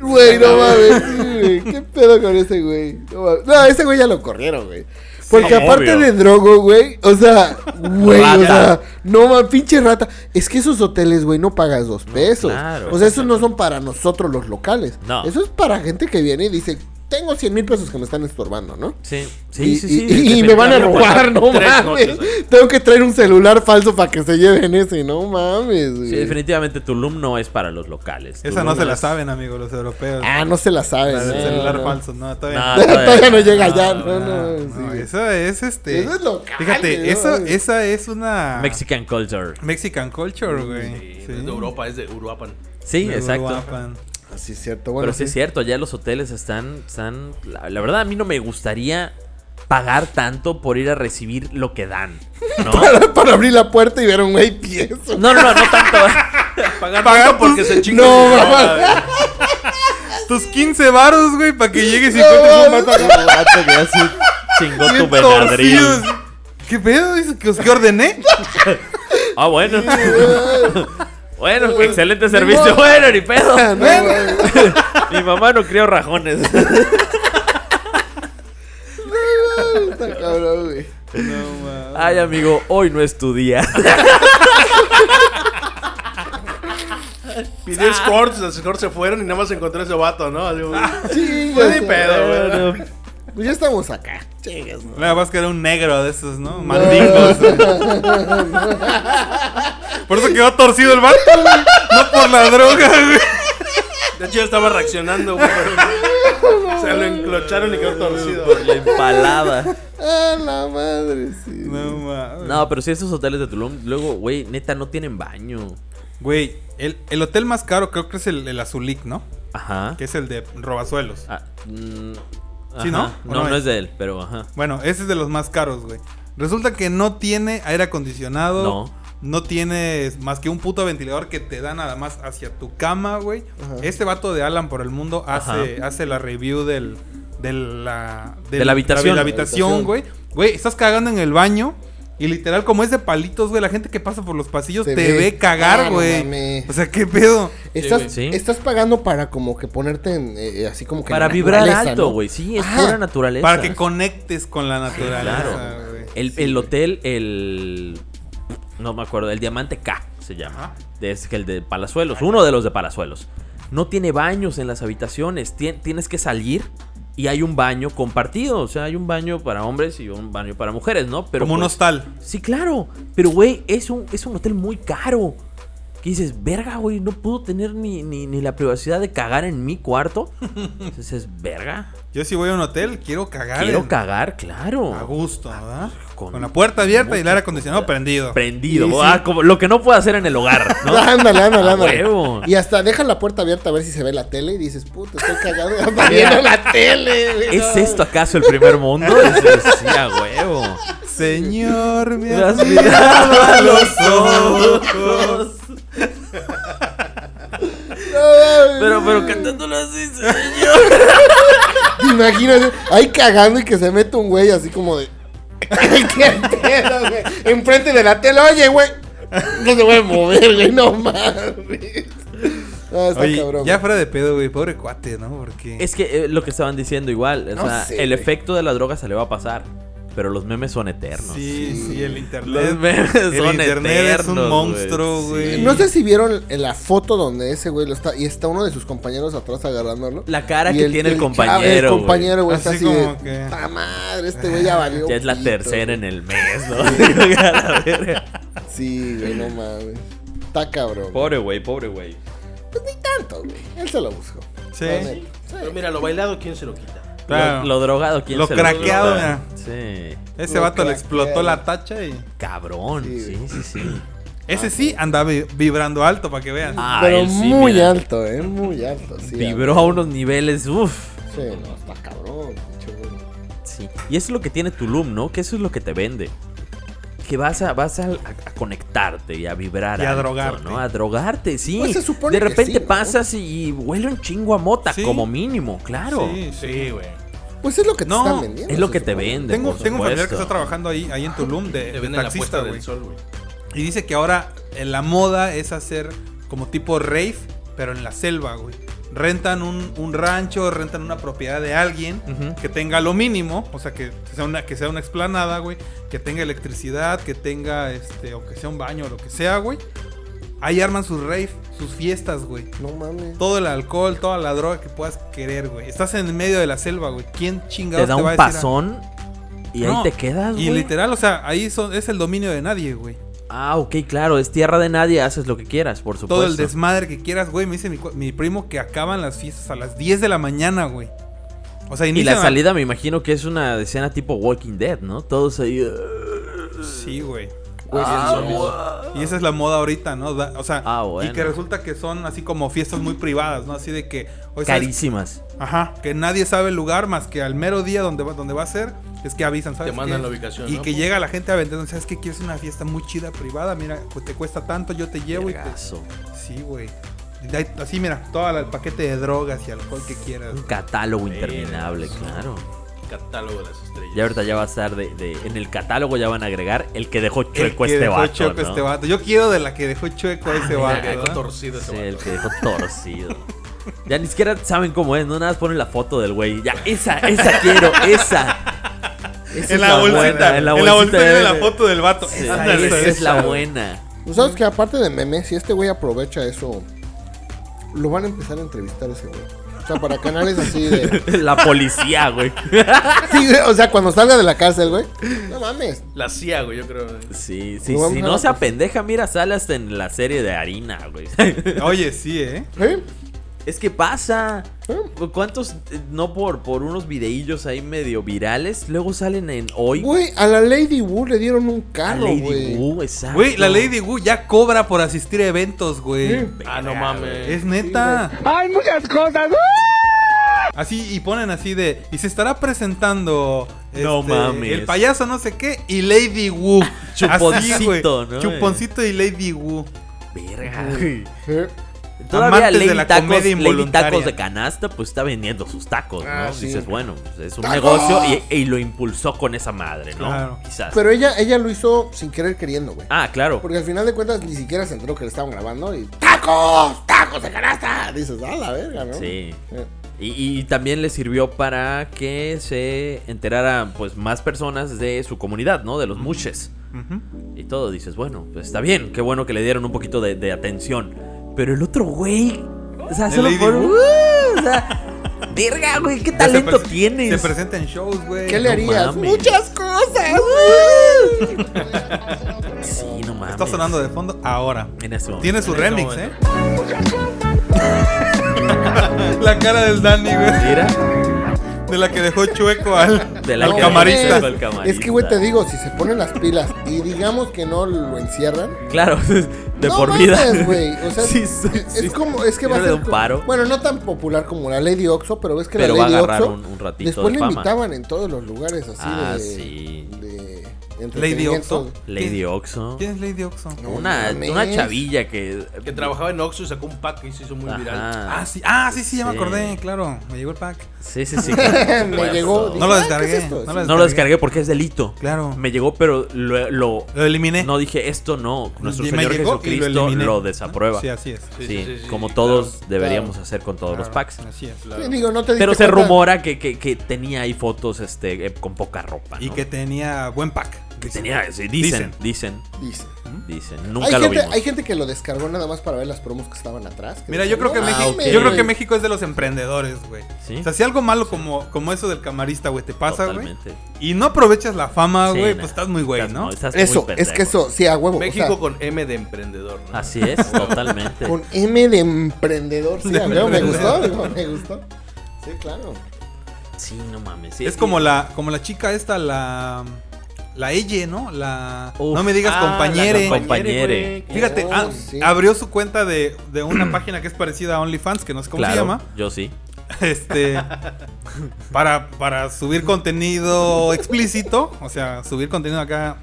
Güey, no mames, sí, güey. ¿Qué pedo con ese güey? No, mames. No, ese güey ya lo corrieron, güey. Porque Sí, aparte obvio. de drogo, güey, o sea, güey, o sea, Rata. no mames, pinche rata. Es que esos hoteles, güey, no pagas dos pesos. claro. O sea, esos no son para nosotros los locales. No. Eso es para gente que viene y dice, tengo 100 mil pesos que me están estorbando, ¿no? Sí, y, sí, sí. y- y- y me van a robar, no Tres mames. noches, güey. Tengo que traer un celular falso para que se lleven ese, no mames, güey. Sí, definitivamente Tulum no es para los locales. Esa Tulum no se la es- saben, amigos, los europeos. Ah, no se la saben. La del no, celular no. falso, no, todavía No, no. Todavía no llega No, ya, no, no, No, sí, no, güey. eso es este. Eso es local, güey, Fíjate, eso, no, esa es una. Mexican culture. Mexican culture, güey. Sí, no Es de Europa, es de Uruapan. Sí, De exacto. Uruapan. Sí, es cierto. Bueno, Pero Ah, sí es cierto, allá los hoteles están, están... La, la verdad a mí no me gustaría pagar tanto por ir a recibir lo que dan. No, Para, para abrir la puerta y ver a un güey tieso. no, no, no, no tanto. Pagar Pagar tanto porque tus- se chinga. no, su mamá. mamá, güey. Tus 15 varos, güey, para que llegues y No, encuentres un mames. vato Vato, que así chingó tu bien Benadryl. torcido. ¿Qué pedo? ¿Eso ¿Qué, os- qué ordené? Ah, bueno. bueno, excelente servicio. modo. Bueno, ni pedo. No, güey. Mi mamá no crió rajones. Está cabrón, güey. Ay, amigo, hoy no es tu día. Pidió escorts, los escorts se fueron y nada más encontró ese vato, ¿no? Así, güey. Ah, Sí, Fue ni pedo, güey. Pues ya estamos acá. Chingas, no. Nada más que era un negro de esos, ¿no? Mandingos. Por eso quedó torcido el vato, güey. No por la droga, güey. De hecho, yo estaba reaccionando, güey. Se lo enclocharon y quedó torcido. La empalada. Ah, la madre, sí. No mames. No, pero sí, esos hoteles de Tulum, luego, güey, neta, no tienen baño. Güey, el, el hotel más caro creo que es el, el Azulik, ¿no? Ajá. Que es el de Robazuelos. Ah, mm, ¿Sí, no? Ajá. ¿O No, no no es? es de él, pero ajá. Bueno, ese es de los más caros, güey. Resulta que no tiene aire acondicionado. No. No tienes más que un puto ventilador que te da nada más hacia tu cama, güey. Ajá. Este vato de Alan por el mundo hace, Ajá. hace la review del, de la, De la habitación. De la habitación, güey. Güey, estás cagando en el baño. Y literal, como es de palitos, güey, la gente que pasa por los pasillos Te te, ve. ve. Ah, cagar, no güey. mames. o sea, ¿qué pedo? Estás, güey. Sí. estás pagando para como que ponerte en, eh, así como que... en Para la vibrar naturaleza, alto, ¿no? Ah. güey. Sí, es Ajá. pura naturaleza. Para que conectes con la naturaleza, claro. güey. El, Sí, el güey. hotel, el. No me acuerdo, el Diamante K se llama. Ajá. Es el de Palazuelos, uno de los de Palazuelos. No tiene baños en las habitaciones. tien- tienes que salir y hay un baño compartido. O sea, hay un baño para hombres y un baño para mujeres, ¿no? Pero como un pues- hostal. Sí, claro. Pero, güey, es un, es un hotel muy caro. Que dices, verga, güey, no puedo tener ni, ni, ni la privacidad de cagar en mi cuarto. Dices, verga. Yo si voy a un hotel, quiero cagar. Quiero en- cagar, claro. A gusto, ¿verdad? Con- Con, la puerta abierta y el mucha aire acondicionado puta- prendido. Prendido. Y sí. Ah, como lo que no puedo hacer en el hogar, ¿no? Ándale, ándale, A ándale. huevo. Y hasta deja la puerta abierta a ver si se ve la tele y dices, puta, estoy cagado está viendo la tele. güey, ¿Es no". esto acaso el primer mundo? Dices, sí, a huevo. Señor, me Ya has sé. mirado a los ojos. No, Pero, pero cantándolo así, señor. ¿Te imaginas? Ahí cagando y que se mete un güey así como de. ¿Qué pedo, güey? Enfrente de la tela, oye, güey. No se puede mover, güey, no mames. Ah, está Oye, cabrón. ya güey. fuera de pedo, güey. Pobre cuate, ¿no? Porque. Es que eh, lo que estaban diciendo igual. O No sea, sé, el güey. efecto de la droga se le va a pasar. Pero los memes son eternos. Sí, sí, el internet. Los memes el son internet es eternos, un monstruo, güey. güey. Eh, No sé si vieron la foto donde ese güey lo está. Y está uno de sus compañeros atrás agarrándolo. La cara Y que tiene el chavo- compañero, El güey. compañero, güey, está Así así. de, como que- "Ta madre, este güey ya valió. Ya es la pito". tercera en el mes, ¿no? A la verga. Sí, güey, no mames. Está cabrón. pobre güey, pobre güey. Pues ni tanto, güey. Él se lo buscó. Sí. La neta. Pero mira, lo bailado, ¿quién se lo quita? Claro. Lo, lo drogado, ¿quién Lo ¿eh? se craqueado, quita? mira. Sí. Ese Lo vato le craquea. explotó la tacha y. Cabrón. Sí, Sí, güey. sí, sí. Ese sí andaba vi- vibrando alto para que vean. Ah, Pero él sí, muy mira. alto, eh, muy alto. Sí, Vibró a unos niveles, uff. alto. Sí, no, está cabrón. pinche güey. Sí. Y eso es lo que tiene Tulum, ¿no? Que eso es lo que te vende. Que vas a, vas a, a- a conectarte y a vibrar. Y a alto, drogarte. ¿no? A drogarte, sí. Pues se supone de que repente sí, ¿no? pasas y, y huele un chingo a mota, Sí. como mínimo, claro. Sí, sí. Sí, güey. Pues es lo que te No, están vendiendo. es lo se que te supone. venden. Tengo, por tengo un familiar que supuesto. está trabajando ahí, ahí en Tulum de, Te de venden la taxista, puesta güey. del sol, güey. Y dice que ahora eh, la moda es hacer como tipo rave, pero en la selva, güey. Rentan un, un rancho, rentan una propiedad de alguien Ujú. que tenga lo mínimo, o sea, que sea una, que sea una explanada, güey, que tenga electricidad, que tenga, este, o que sea un baño, o lo que sea, güey. Ahí arman sus rave, sus fiestas, güey. No mames. Todo el alcohol, toda la droga que puedas querer, güey. Estás en medio de la selva, güey. ¿Quién chingados Te te, da va a un decir? a- pasón y No, ahí te quedas, Y güey. literal, o sea, ahí son, es el dominio de nadie, güey. Ah, ok, claro. Es tierra de nadie, haces lo que quieras, por supuesto. todo el desmadre que quieras, güey. Me dice mi, cu- mi primo que acaban las fiestas a las 10 de la mañana, güey. O sea, Y inician la a- salida me imagino que es una escena tipo Walking Dead, ¿no? Todos ahí... eh, Sí, güey. Güey, Ah, pues Y esa es la moda ahorita, ¿no? Da- o sea, Ah, bueno. y que resulta que son así como fiestas muy privadas, ¿no? Así de que. oye, ¿sabes? Carísimas. Ajá. Que nadie sabe el lugar más que al mero día donde va, donde va a ser. Es que avisan, ¿sabes? Te mandan qué? la ubicación, Y ¿no? que llega la gente a vender. ¿Sabes qué? Quieres una fiesta muy chida privada. Mira, pues te cuesta tanto, yo te llevo y te. Vergazo. Sí, güey. Y ahí- Así, mira, todo el paquete de drogas y alcohol que quieras. Un catálogo interminable, claro. Catálogo de las estrellas. Ya ahorita ya va a estar de, de- En el catálogo ya van a agregar el que dejó El chueco que este dejó vato, chueco ¿no? este vato. Yo quiero de la que dejó chueco a ese Ah, quedó vato. ¿no? torcido ese Sí, el vato. que dejó torcido. Ya ni siquiera saben cómo es, no nada más ponen la foto del güey. Ya, esa, esa quiero, esa. Esa es buena, en la bolsita. viene de- del vato. Sí, Ándale, esa es la esa. buena. Tú Pues, sabes que aparte de memes, si este güey aprovecha eso, lo van a empezar a entrevistar a ese güey. O sea, para canales así de. La policía, güey. Sí, güey, o sea, cuando salga de la cárcel, güey. No mames. La CIA, güey, yo creo. güey. Sí, sí, Lo Pues vamos si a no la se próxima. apendeja, mira, sale hasta en la serie de harina, güey. Oye, sí, ¿eh? ¿Sí? es que pasa. ¿Sí? ¿Cuántos, eh, no por, por unos videillos ahí medio virales, luego salen en hoy? Güey, a la Lady Wu le dieron un a carro, Lady güey. Wu, exacto. Güey, la Lady Wu ya cobra por asistir a eventos, güey. Sí. Ah, no Verga, mames. Es neta. Hay muchas cosas. Ha Así, y ponen así de. Y se estará presentando. este, No mames. El payaso no sé qué y Lady Wu. Así, güey. Chuponcito, ¿no? Chuponcito y Lady Wu. Verga. Sí. Sí. Todavía Amantes de Lady, la tacos, comedia Lady involuntaria. Tacos de Canasta pues está vendiendo sus tacos, ¿no? Ah, sí. Dices, bueno, pues, es un negocio y, y lo impulsó con esa madre, ¿no? Claro. Quizás. Pero ella, ella lo hizo sin querer queriendo, güey. ah, claro. Porque al final de cuentas ni siquiera se enteró que le estaban grabando y ¡Tacos! ¡Tacos de canasta! Dices, ah, la verga, ¿no? Sí. Eh, Y, y también le sirvió para que se enteraran pues más personas de su comunidad, ¿no? De los muches. Ujú. Y todo, dices, bueno, pues está bien, qué bueno que le dieron un poquito de, de atención. Pero el otro güey, o sea, El solo Lady por... Wu. ¡Uh! o sea, verga, güey, qué Ya se talento pre- tienes. Se presenta en shows, güey. ¿Qué le no harías? mames. ¡Muchas cosas! Sí, no mames. Está sonando de fondo ahora. En este momento. Tiene su En este remix, ¿eh? momento. ¿eh? La cara del Dani, güey. Mira, De la que dejó chueco al, De la al que- camarista. Al camarista. Es que, güey, te digo, si se ponen las pilas y digamos que no lo encierran, claro, de no por mames, vida. güey. O sea, Sí, sí, es sí. como, es que Yo va a le ser. doy un co- paro. Bueno, no tan popular como la Lady Oxo, pero ves que Pero va la a Lady agarrar Oxo. un, un ratito Después de la fama. invitaban en todos los lugares así Ah, de. sí. de Lady entretenimiento. Oxo. Lady ¿Quién- Oxo. ¿Quién es Lady Oxo? No Una, mames. una chavilla que... Que trabajaba en Oxxo y sacó un pack y se hizo muy Ajá. viral. Ah, sí, ah, sí, sí, ya Sí. me acordé, claro. Me llegó el pack. Sí, sí, sí. Me llegó. No, dije, No lo "Ah, ¿qué descargué, es esto?" no Sí. lo no lo descargué porque es delito. Claro. Me llegó, pero lo... lo- Lo eliminé. no dije, esto no. Nuestro Y me Señor llegó y Jesucristo lo, eliminé. desaprueba. Sí, así es. Sí, Sí, sí, sí, como sí, todos claro. deberíamos Claro. hacer con todos los Claro, packs. Así es. Sí, digo, no te Pero diste se cuenta. rumora que, que- que tenía ahí fotos este, eh, con poca ropa. Y ¿no? que tenía buen pack. Que dice. tenía, sí, dicen, dicen, Dice. dicen. hay, Nunca lo gente, vimos. hay gente que lo descargó nada más para ver las promos que estaban atrás. Mira, yo creo, que Ah, México, ok. yo creo que güey. México es de los emprendedores, güey. Sí. O sea, si algo malo como, como eso del camarista, güey, te pasa, güey. Totalmente. Y no aprovechas la fama, Sí, güey, nah. pues estás muy güey, Estás ¿no? muy- estás muy Eso, es pendejo. que eso, sí, a huevo. o México sea, con M de emprendedor. ¿no? Así es, totalmente. con M de emprendedor. Sí, a huevo, me gustó, emprendedor. digo, me gustó. Sí, claro. Sí, no mames. sí, Es sí. como la, como la chica esta, la. La Elle, ¿no? La. Uf. no me digas Ah, compañere. la Compañere. güey, que- Fíjate, Oh, ah, sí. abrió su cuenta de, de una página que es parecida a OnlyFans, que no sé cómo Claro, se llama. Yo sí. Este. para, para subir contenido explícito. O sea, subir contenido acá.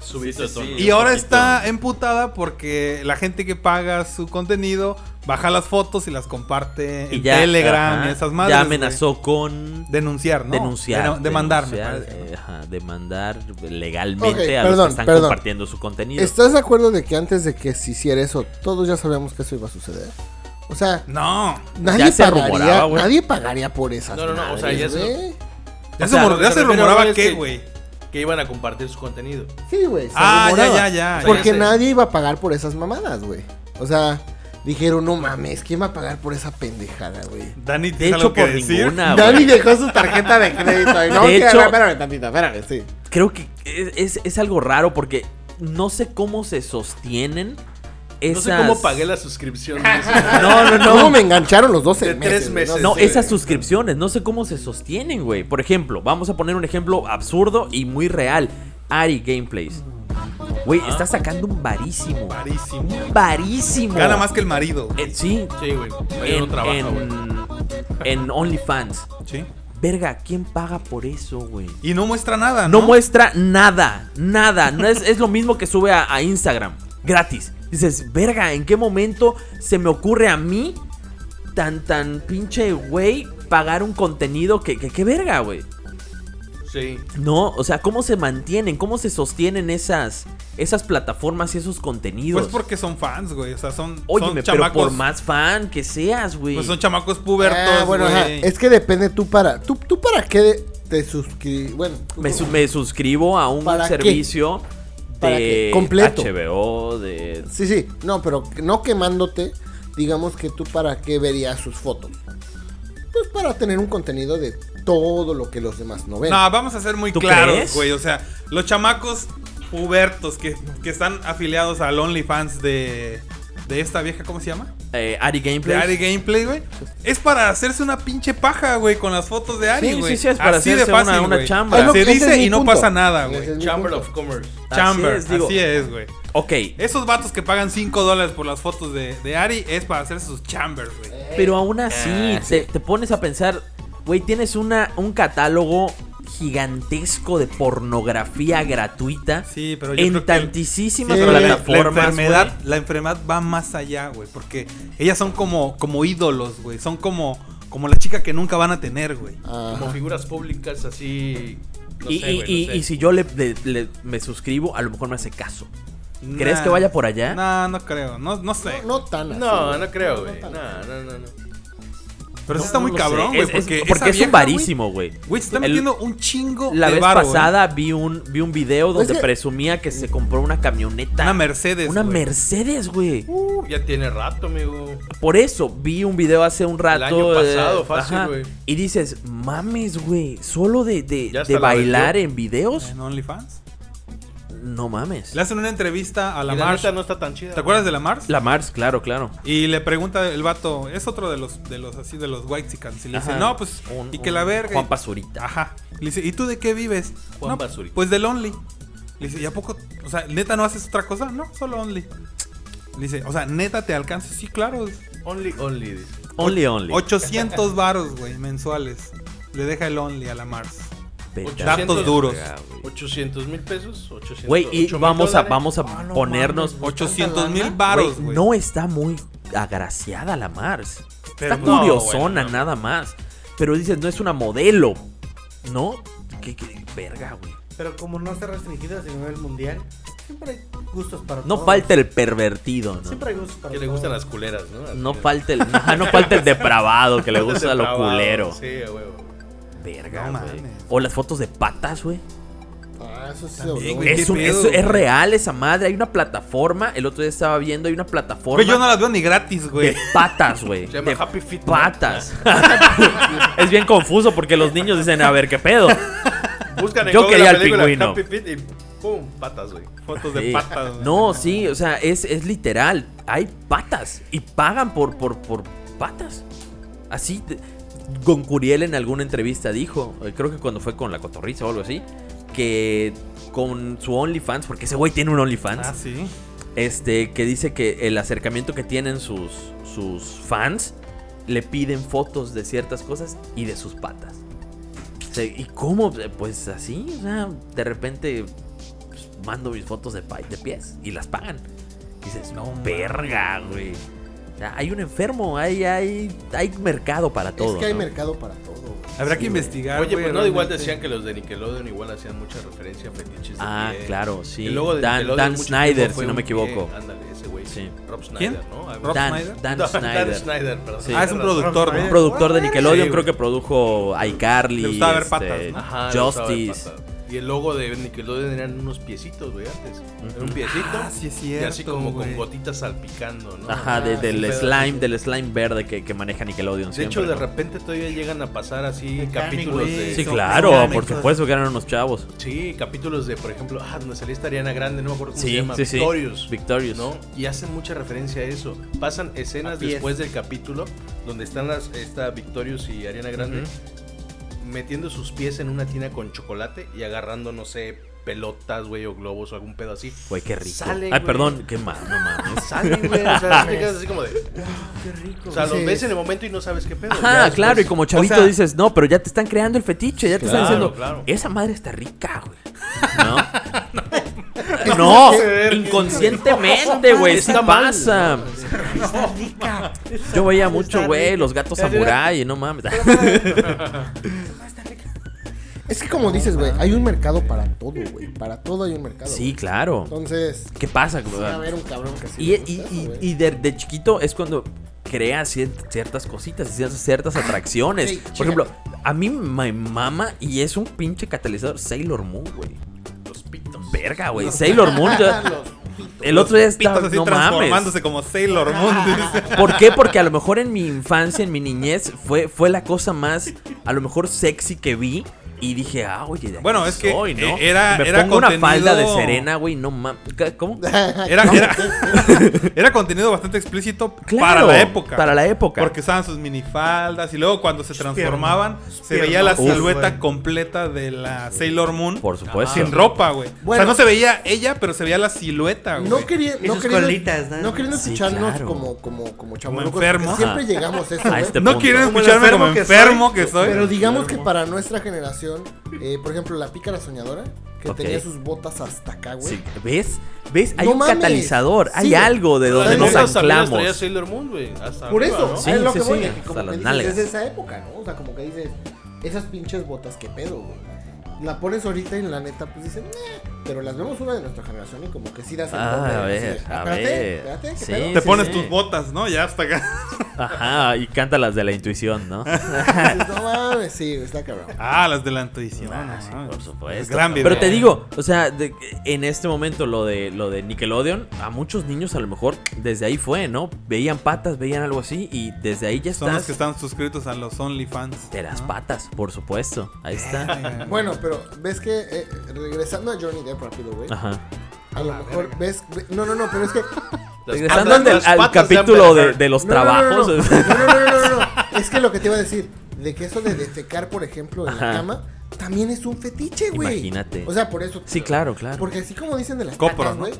Subidito de tono. sí. Y ahora está emputada porque la gente que paga su contenido baja las fotos y las comparte en Telegram ajá, y esas madres. Ya güey. amenazó con Denunciar, ¿no? denunciar. Denu- demandar, me denunciar, parece, ¿no? eh, ajá, demandar legalmente Ok, a los perdón, que están perdón. compartiendo su contenido. ¿Estás de acuerdo de que antes de que se hiciera eso, todos ya sabíamos que eso iba a suceder? O sea, No. nadie Ya se pagaría, rumoraba, güey. nadie pagaría por esas No, no, no, o sea, madres, ya se- güey. Ya O se, sea, mor- lo que ya me se refiero rumoraba es qué, que- güey. Que iban a compartir su contenido. Sí, güey. se Ah, ya, rumoraba. ya, ya. Porque Ya sé. nadie iba a pagar por esas mamadas, güey. O sea, dijeron, no mames, ¿quién va a pagar por esa pendejada, güey? Dani, de ¿tienes hecho, algo que por decir? ninguna. Ah, güey. Dani dejó su tarjeta de crédito. ahí. No, sí, De a ver, hecho- espérame tantita, espérame, sí. creo que es, es- es algo raro porque no sé cómo se sostienen esas... No sé cómo pagué la suscripción. Ah, No, no, no. me engancharon los 12 De meses? tres güey? meses. No, Sí, esas güey. suscripciones, no sé cómo se sostienen, güey. Por ejemplo, vamos a poner un ejemplo absurdo y muy real. Ari Gameplays. Güey, está sacando un barísimo. Carísimo. Un barísimo. Gana más que el marido. güey. Eh, sí. Sí, güey. Ahí no En, trabaja, güey. en, en OnlyFans. Sí. Verga, ¿quién paga por eso, güey? Y no muestra nada, ¿no? No muestra nada, nada. No es, es lo mismo que sube a, a Instagram, gratis. Dices, verga, ¿en qué momento se me ocurre a mí, tan, tan pinche güey, pagar un contenido que, que, qué verga, güey? Sí. No, o sea, ¿cómo se mantienen? ¿Cómo se sostienen esas, esas plataformas y esos contenidos? Pues porque son fans, güey. O sea, son, son Óyeme, pero chamacos. por más fan que seas, güey. Pues son chamacos pubertos, Ah, bueno, ajá, güey. es que depende tú para. ¿Tú, tú para qué de- te suscribes? Bueno, tú- me, su- me suscribo a un ¿Para qué? servicio ¿Para de qué? Completo. HBO, de Sí, sí. No, pero no quemándote, digamos que tú para qué verías sus fotos. Pues para tener un contenido de todo lo que los demás no ven. No, vamos a ser muy ¿Tú claros, crees? güey. O sea, los chamacos pubertos que, que están afiliados al OnlyFans de, de esta vieja, ¿cómo se llama? eh, Ari De Gameplay. Ari Gameplay, güey. Es para hacerse una pinche paja, güey, con las fotos de Ari, Sí, güey. sí, sí, es para hacerse una- una güey. chamba. Es lo que- Se ese es dice mi y no punto. pasa nada, Ese es güey. mi Chamber punto. of Commerce. Así Chamber, es, digo- así es, güey. Ok, Esos vatos que pagan 5 dólares por las fotos de, de Ari es para hacer sus chambers, güey. pero aún así te, te pones a pensar, Güey, tienes una, un catálogo gigantesco de pornografía gratuita Sí, pero yo creo en que el- tantísimas Sí, Pero la, la plataformas. enfermedad, güey. la enfermedad va más allá, güey. Porque ellas son como, como ídolos, güey. Son como, como la chica que nunca van a tener, güey. Como figuras públicas así. No y, sé, y- güey, y- no sé. y si yo le, le- le- me suscribo, a lo mejor me hace caso. ¿Crees Nah. que vaya por allá? No, no creo. No, no sé. No, no tan así. No, güey. no creo, güey. tan No, así. no, no, no. pero sí está muy No lo cabrón, sé. güey. Es- es- Porque, esa porque es vieja, un varísimo, güey. güey. Güey, se está El- metiendo un chingo La de vez varo, ¿eh? güey. pasada vi un, vi un video donde que- presumía que se compró una camioneta. Una Mercedes. Una güey. Mercedes, güey. Uh, ya tiene rato, amigo. Por eso vi un video hace un rato. año pasado, eh, fácil, ajá, güey. Y dices, mames, güey. Solo de, de, Ya de hasta la bailar vendió. en videos. En OnlyFans. No mames. Le hacen una entrevista a la Y la Mars. neta no está tan chida. ¿Te acuerdas de la Mars? La Mars, claro, claro. Y le pregunta el vato, es otro de los de los así de los white Y le dice, Ajá. "No, pues Un- y que un la verga." Juan Pazurita. Ajá. Le dice, ¿y tú de qué vives? Juan "No, Basurita. Pues del Only. Le dice, ¿y a poco? O sea, neta, ¿no haces otra cosa? No, solo Only. Le dice, o sea, neta, te alcanza. Sí, claro. Only, only, dice. Only, only. 800 varos, güey, mensuales. Le deja el Only a la Mars. Vete a la Datos 800 duros. verga, güey. 800 mil pesos. 800, Güey, y 8,000 vamos a, dólares. vamos a Ah, no ponernos. mames, 800 mil Güey, varos, Güey, güey. no está muy agraciada la Mars. Pero está no, curiosona güey, no. nada más. Pero dices, no es una modelo. ¿No? ¿Qué, qué verga, güey? Pero como no está restringido a nivel mundial, siempre hay gustos para No todos. falta el pervertido, ¿no? Siempre hay gustos para Que le todos. gustan las culeras, ¿no? Así No que- falta el, ajá, no falta el depravado que le gusta lo Depravado, culero. Sí, a huevo. Verga, No güey. mames. O las fotos de patas, güey. Ah, eso sí se También, dobló, güey. güey. Es, un- pedo, es- güey? es real esa madre. Hay una plataforma. El otro día estaba viendo, hay una plataforma. Güey, yo no las veo ni gratis, güey. De patas, güey. Se llama De Happy Feet, ¿no? Patas. es bien confuso porque los niños dicen, a ver, ¿qué pedo? Buscan en Yo Google quería al la película pingüino. Happy Feet y pum, patas, güey. Fotos de Sí. patas. güey. No, sí, o sea, es, es literal. Hay patas y pagan por, por, por patas. Así, te- Goncuriel en alguna entrevista dijo, eh, creo que cuando fue con la cotorriza o algo así, que con su OnlyFans, porque ese güey tiene un OnlyFans, Ah, sí. este, que dice que el acercamiento que tienen sus, sus fans le piden fotos de ciertas cosas y de sus patas. O sea, ¿Y cómo? Pues así, o sea, de repente pues, mando mis fotos de, pa- de pies y las pagan. Dices, no, verga, güey. O sea, Hay un enfermo, hay, hay, hay mercado para todo. Es que hay ¿no? mercado para todo, güey. Habrá Sí, que güey. investigar, Oye, güey, pero no igual realmente. decían que los de Nickelodeon igual hacían mucha referencia a fetiches de Ah, pie. claro, sí. El logo de Dan- Nickelodeon Dan mucho Snyder, tiempo fue si no me un pie. equivoco. Ándale, ese güey. Sí. Rob Snyder, ¿Quién? ¿no? Rob Dan, Snyder? Dan Dan Snyder. Dan Snyder, perdón. Sí. Ah, es un Perdón. productor, Rob ¿no? Un productor de Nickelodeon, Sí, creo güey. que produjo iCarly. Le gustaba ver este, patas, ¿no? Ajá, le Justice. gustaba el patas. Y el logo de Nickelodeon eran unos piecitos, güey, antes. Era un piecito. Ah, sí es y así cierto, como güey. con gotitas salpicando, ¿no? Ajá, de- Ah, del sí, pero- slime, del slime verde que, que maneja Nickelodeon. De siempre, hecho, de ¿no? repente todavía llegan a pasar así Mecánicos. capítulos de. Sí, son claro, programas, por cosas. supuesto que eran unos chavos. Sí, capítulos de, por ejemplo, ah, donde salía esta Ariana Grande, no me acuerdo cómo se Sí, llama, sí, sí. Victorious. Victorious. ¿no? Y hacen mucha referencia a eso. Pasan A escenas pies. después del capítulo donde están las esta Victorious y Ariana Grande metiendo sus pies en una tina con chocolate y agarrando, no sé, pelotas, güey, o globos o algún pedo así. Güey, qué rico. Sale, Ay, güey. perdón, qué mal, no mames. Sale, güey, o sea, te quedas así como de. Ah, Qué rico. O sea, los Sí. ves en el momento y no sabes qué pedo. Ya Ajá, después- claro, y como chavito o sea- dices, no, pero ya te están creando el fetiche, ya te están Claro, diciendo, claro. esa madre está rica, güey. ¿No? no, inconscientemente, güey, sí Está mal, pasa. Está rica. Yo veía Está mucho, rica. güey, los gatos Pero- samurai, no mames. Es que como dices, güey, hay un mercado para todo, güey. Para todo hay un mercado. Sí, güey. claro. Entonces, ¿Qué pasa? sí güey? va a haber un cabrón que sí Y, e, le y- gusta y- eso, güey. y de, de chiquito es cuando crea cier- ciertas cositas, cier- ciertas atracciones. sí, Por ejemplo, a mí me mama y es un pinche catalizador Sailor Moon, güey. Los pitos. Verga, güey. Sailor Moon. yo- el otro día estaba. Pitos así No mames. Ah. transformándose como Sailor Moon. dice. ¿Por qué? Porque a lo mejor en mi infancia, en mi niñez, fue, fue la cosa más, a lo mejor sexy que vi. Y dije, ah, oye, de aquí Bueno, es que, soy, ¿no? eh, era- Me era pongo una contenido- falda de Serena, güey, no mames. ¿Cómo? Era, era, era contenido bastante explícito Claro, para la época. Para la época. Porque usaban sus minifaldas y luego cuando se transformaban se Piernas. veía la Uf, silueta güey. completa de la Sailor Moon. Por supuesto. Sin ropa, güey. Bueno. o sea, no se veía ella, pero se veía la silueta, güey. No quería, Y no sus queriendo- colitas, nada no más. queriendo Sí, escucharnos claro. como, como, como chamurucos, enfermos. porque Siempre Ajá. llegamos a eso, A güey. este No punto. quieren Como el escucharme como enfermo enfermo que soy. Pero digamos que para nuestra generación, eh, por ejemplo, la pícara soñadora, que Ok. tenía sus botas hasta acá, güey. Sí, ¿Ves? ¿Ves? Hay No un mames. catalizador, Sí, hay güey. algo de donde Todas nos esas anclamos. traía Sailor Moon, güey. Hasta Por arriba, eso, ¿no? Sí, es lo sí, que sí, voy, de que hasta como las que dices, nalgas. es de esa época, ¿no? O sea, como que dices, esas pinches botas, qué pedo, güey. La pones ahorita y la neta, pues dicen, "Meh", pero las vemos una de nuestra generación y como que sí das el Ah, nombre, a ver, sí. a Espérate, ver. espérate, ¿qué Sí, pedo? Te sí, pones sí. tus botas, ¿no? Ya hasta acá. Ajá, y canta las de la intuición, ¿no? Dices, No mames, sí, está cabrón. Ah, las de la intuición. Ah, no sí, mames. por supuesto. Gran video. Pero te digo, o sea, de- en este momento lo de lo de Nickelodeon, a muchos niños a lo mejor desde ahí fue, ¿no? Veían patas, veían algo así y desde ahí ya Son los estás que están suscritos a los OnlyFans. de las ¿no? Eh, patas, por supuesto. Ahí está. Bueno, pero ves que eh, regresando a Johnny Depp rápido, güey. Ajá. A lo mejor ves, ve- no, no, no, pero es que Las Regresando patas- al, del- las al patas de capítulo Amber de, Heard. de los No, no, trabajos. No no no. No, no, no, no, no. Es que lo que te iba a decir, de que eso de defecar, por ejemplo, en Ajá. la cama, también es un fetiche, güey. Imagínate. O sea, por eso. Sí, claro, claro. Porque así como dicen de las Copro, copras, ¿no? güey.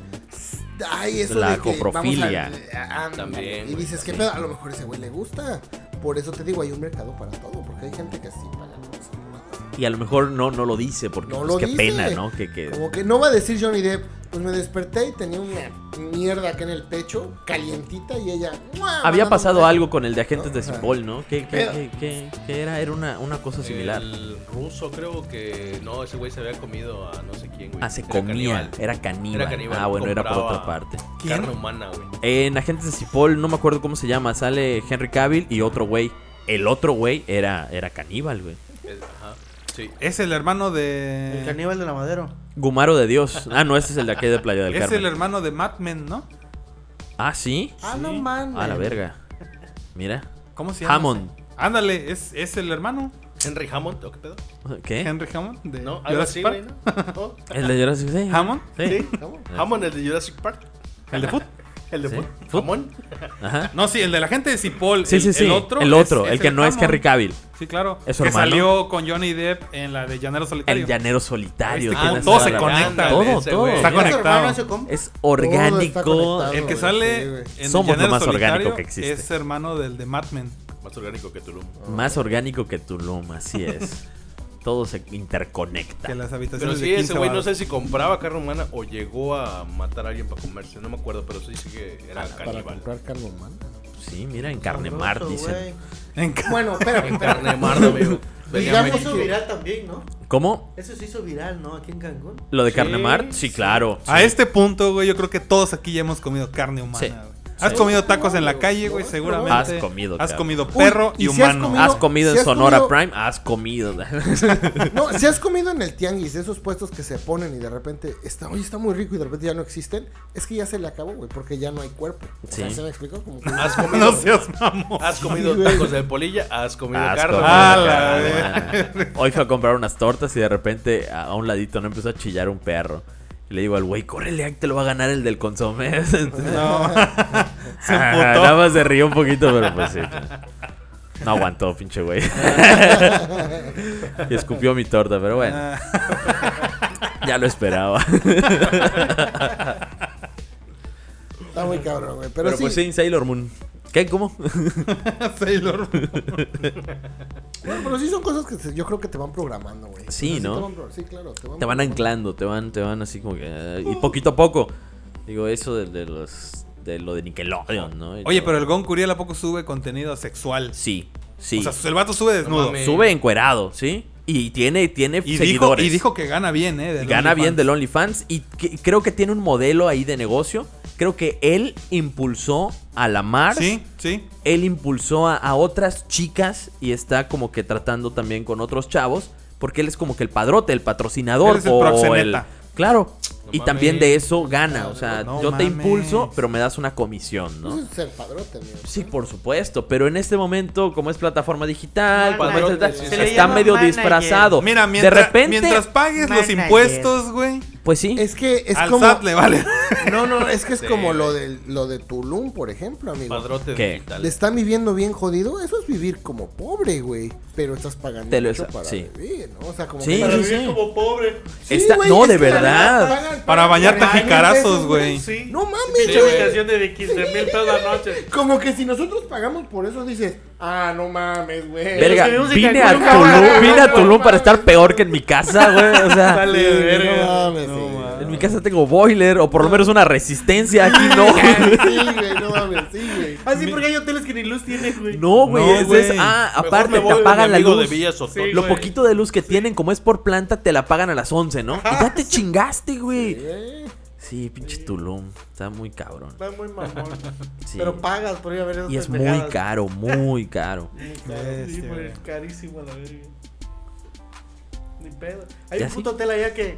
Ay, eso La de que coprofilia. vamos a- a- También, Y güey, dices, ¿qué pedo? A lo mejor ese güey le gusta. Por eso te digo, hay un mercado para todo. Porque hay gente que así paga. por eso. Y a lo mejor no, no lo dice, porque No pues, lo qué dice. pena, ¿no? Que, que- Como que no va a decir Johnny Depp. Pues me desperté y tenía una mierda acá en el pecho, calientita, y ella. ¡mua! Había mandándome- pasado algo con el de agentes No, de Ah, ajá. Cipoll, ¿no? ¿Qué, qué, Pero- qué- qué- qué era? Era una, una cosa similar. El ruso creo que no, ese güey se había comido a no sé quién, güey. Ah, se Era comía. caníbal. Era caníbal. Era caníbal, Ah, bueno, era por compraba- otra parte. Carne humana, güey. En Agentes de Cipoll, no me acuerdo cómo se llama, sale Henry Cavill y otro güey. El otro güey era, era caníbal, güey. Es- Ajá. Sí. Es el hermano El de. caníbal de la madera. Gumaro de Dios. Ah, no, ese es el de aquí de Playa del Es Carmen. el hermano de Mad Men, ¿no? Ah, ¿sí? Ah, no mames. A la verga. Mira. ¿Cómo se llama? Hammond. Ándale, es, es el hermano. Henry Hammond, ¿o qué pedo? ¿Qué? Henry Hammond. De No, algo Jurassic así, Park. güey, ¿no? ¿No? ¿El de Jurassic sí. Hammond. Sí. Hammond, el de Jurassic Park. El de Foot. El de Sí. Foot. Hammond. Ajá. No, sí, el de la gente de Cipoll. Ah. Sí, el, sí, sí. El otro. el, es- otro, es el que no es Hammond. Henry Cavill. Sí, claro. ¿Es su que hermano? salió con Johnny Depp en la de Llanero Solitario. El llanero solitario. Este Viste Ah, cómo tienes toda todo la se conecta, razón. güey, Todo, ese todo. güey. Ya. Está Su hermano conectado. hace comp- Es Todo orgánico. está El que Sí, sale güey. en Somos lo Llanero más orgánico Solitario que existe. Es hermano del de Mad Men. Más orgánico que Tulum. Más orgánico que Tulum, así es. todo se interconecta. Que las Pero habitaciones sí, de 15 ese güey no varos. sé si compraba carne humana o llegó a matar a alguien para comerse. No me acuerdo, pero sí, sí que era Para caníbal. comprar carne humana. Sí, mira, en carne mar, dicen. En ca- Bueno, espérame, espérame. Carne marda, amigo. Venía a Digamos- Eso México. hizo viral también, ¿no? ¿Cómo? Eso se hizo viral, ¿no? Aquí en Cancún. ¿Lo de Sí, carne mar? Sí, sí. claro. Ah, A Sí. este punto, güey, yo creo que todos aquí ya hemos comido carne humana. Sí. güey. Has comido tacos en la calle, güey, seguramente. Has comido, Has cabrón. comido perro Uy, ¿y y si has humano. comido- Has comido Si en has Sonora comido- Prime, Ah, has comido. No, si has comido en el tianguis, esos puestos que se ponen y de repente está, oye, está muy rico y de repente ya no existen, es que ya se le acabó, güey, porque ya no hay cuerpo. O sea, Sí. ¿Se me explicó? Como que- Has Ah, comido, No seas mamón. has comido Sí, güey. tacos de polilla, has comido Has carne. comido Ah, güey. la carne humana. Hoy fue a comprar unas tortas y de repente a a un ladito no empezó a chillar un perro. Y le digo al güey, córrele, ahí te lo va a ganar el del consomé. Entonces, No. Se Ah, emputó. Nada más se rió un poquito, pero pues sí. pues. No aguantó, pinche güey. y escupió mi torta, pero bueno, Ah, ya lo esperaba. Está muy cabrón, güey. Pero, Pero pues sí. sí, Sailor Moon. ¿Qué? ¿Cómo? Sailor Moon. bueno, pero sí son cosas que se- yo creo que te van programando, güey. Sí, O sea, ¿no? te van pro- sí, claro. Te van, Te van anclando, te van, te van así como que. eh, y poquito a poco. Digo, eso de, de los. De lo de Nickelodeon, ¿no? Y Oye, todo. pero el Gon Curiel a poco sube contenido sexual. Sí, sí. O sea, el vato sube desnudo. mames. Sube encuerado, ¿sí? Y tiene, tiene y, dijo, seguidores. y dijo que gana bien, ¿eh? del Gana bien OnlyFans. del OnlyFans y que- creo que tiene un modelo ahí de negocio. Creo que él impulsó a la Mars. Sí, sí. él impulsó a, a otras chicas y está como que tratando también con otros chavos, porque él es como que el padrote, el patrocinador Él es el o proxeneta. el claro, No y mames. también de eso gana. O sea, No yo te mames. impulso, pero me das una comisión, ¿no? Eso Pues es ser padrote, amigo. Sí, por supuesto, pero en este momento, como es plataforma digital, como es- Padrote, está, sí, sí. está medio Se le llama disfrazado. Mira, mientras, de repente, mientras pagues los manager. impuestos, güey, pues sí, Es que es al como. SAT le vale. No, no, es que es Sí, como güey. lo de, lo de Tulum, por ejemplo, amigo. Padrote ¿Qué? Le digital. están viviendo bien jodido. Eso es vivir como pobre, güey. Pero estás pagando Te lo mucho está- para sí. vivir, ¿no? O sea, como Sí, que- sí, sí. como pobre. Sí, Está- güey, no, es de que la verdad. neta, pagan- Para pagan bañarte a 40 jicarazos, pesos, güey. Sí. No mames, Pinche güey. vacación de 15 mil pesos la noche. Como que si nosotros pagamos por eso, dices, ah, no mames, güey. verga, Los que vimos en vine a Cancún, cabrón. Tulum, vine a Tulum para mames. estar peor que en mi casa, güey. O sea, Sí, Dale, no verga. mames, No sí, güey. mames. en mi casa tengo boiler o por lo menos una resistencia aquí, no. Sí, güey, no mames, sí, güey. Ah, sí, porque hay hoteles que ni luz tienen, güey. No, güey, No, eso es- güey. ah, Mejor aparte me te voy de apagan mi la amigo de luz. Villa Sotol. Sí, Lo güey. poquito de luz que tienen, como es por planta, te la pagan a las 11, ¿no? Y ya te chingaste, güey. Eh, Sí, pinche Tulum. Está muy cabrón. Está muy mamón. Sí. Pero pagas por ir a ver esas Y es muy pendejadas. caro, Este, muy caro. Muy caro, Bestia, sí, güey, güey. carísimo a la verga. Ni pedo. Hay Ya un sí. puto hotel allá que,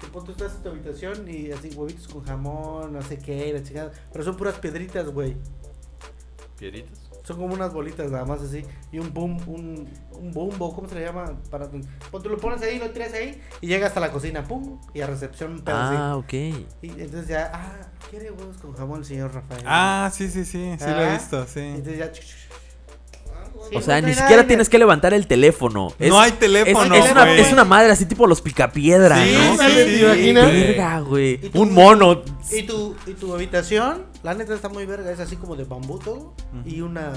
que pon, tú estás en tu habitación y así huevitos con jamón, no sé qué, la chingada. Pero son puras piedritas, güey. Piedritas. Son como unas bolitas nada más así. Y un boom, un, un bumbo, ¿cómo se le llama? Para tu- pon, tú lo pones ahí, lo tiras ahí y llega hasta la cocina, pum, y a recepción un pedo Ah, así. ok. Y entonces ya, ah, quiere huevos con jamón el señor Rafael. Ah, sí, sí, sí, sí lo he Ah. visto, sí. Entonces ya. O sea, ni siquiera tienes que levantar el teléfono. No hay es, teléfono, es una, güey. es una madre así tipo los picapiedra, Sí, ¿no? Ándale, sí, ¿te sí, imaginas? güey. Verga, güey. ¿Y tú? Un mono. Y tu, y tu habitación, la neta está muy verga, es así como de bambú todo. Y una.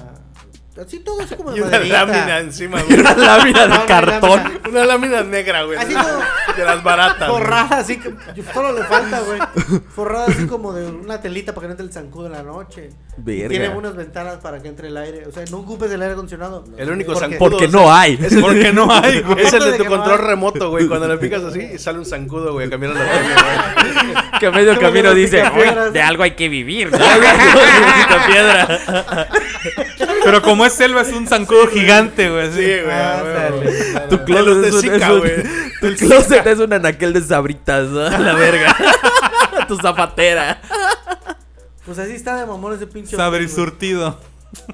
Así todo, así como de Y una maderita. lámina encima, Y güey. una lámina No, no, de cartón. lámina. Una lámina negra, güey. Así de las- De las baratas. güey. Forrada, así que. Solo le falta, güey. Forrada así como de una telita para que no entre el zancudo en la noche. Y Verga. Tiene unas ventanas para que entre el aire. O sea, no ocupes el aire acondicionado. El único Porque- zancudo. Porque no hay. Porque no hay, güey. Es el de De tu que no control hay. remoto, güey. Cuando le picas así, y sale un zancudo, güey, a cambiar la tele, güey. que a medio Como camino los dice, picapiedras. "Uy, de algo hay que vivir. ¿no? Picapiedra. Pero como es selva, es un zancudo gigante, güey. Sí, Sí, güey. Ah, güey, güey. ándale. Tu closet Los de es un, Zika, es un- güey. tu closet es un anaquel de sabritas, ¿no? A la verga. tu zapatera. Pues así está de mamón ese pinche. Saber y hotel, güey. surtido.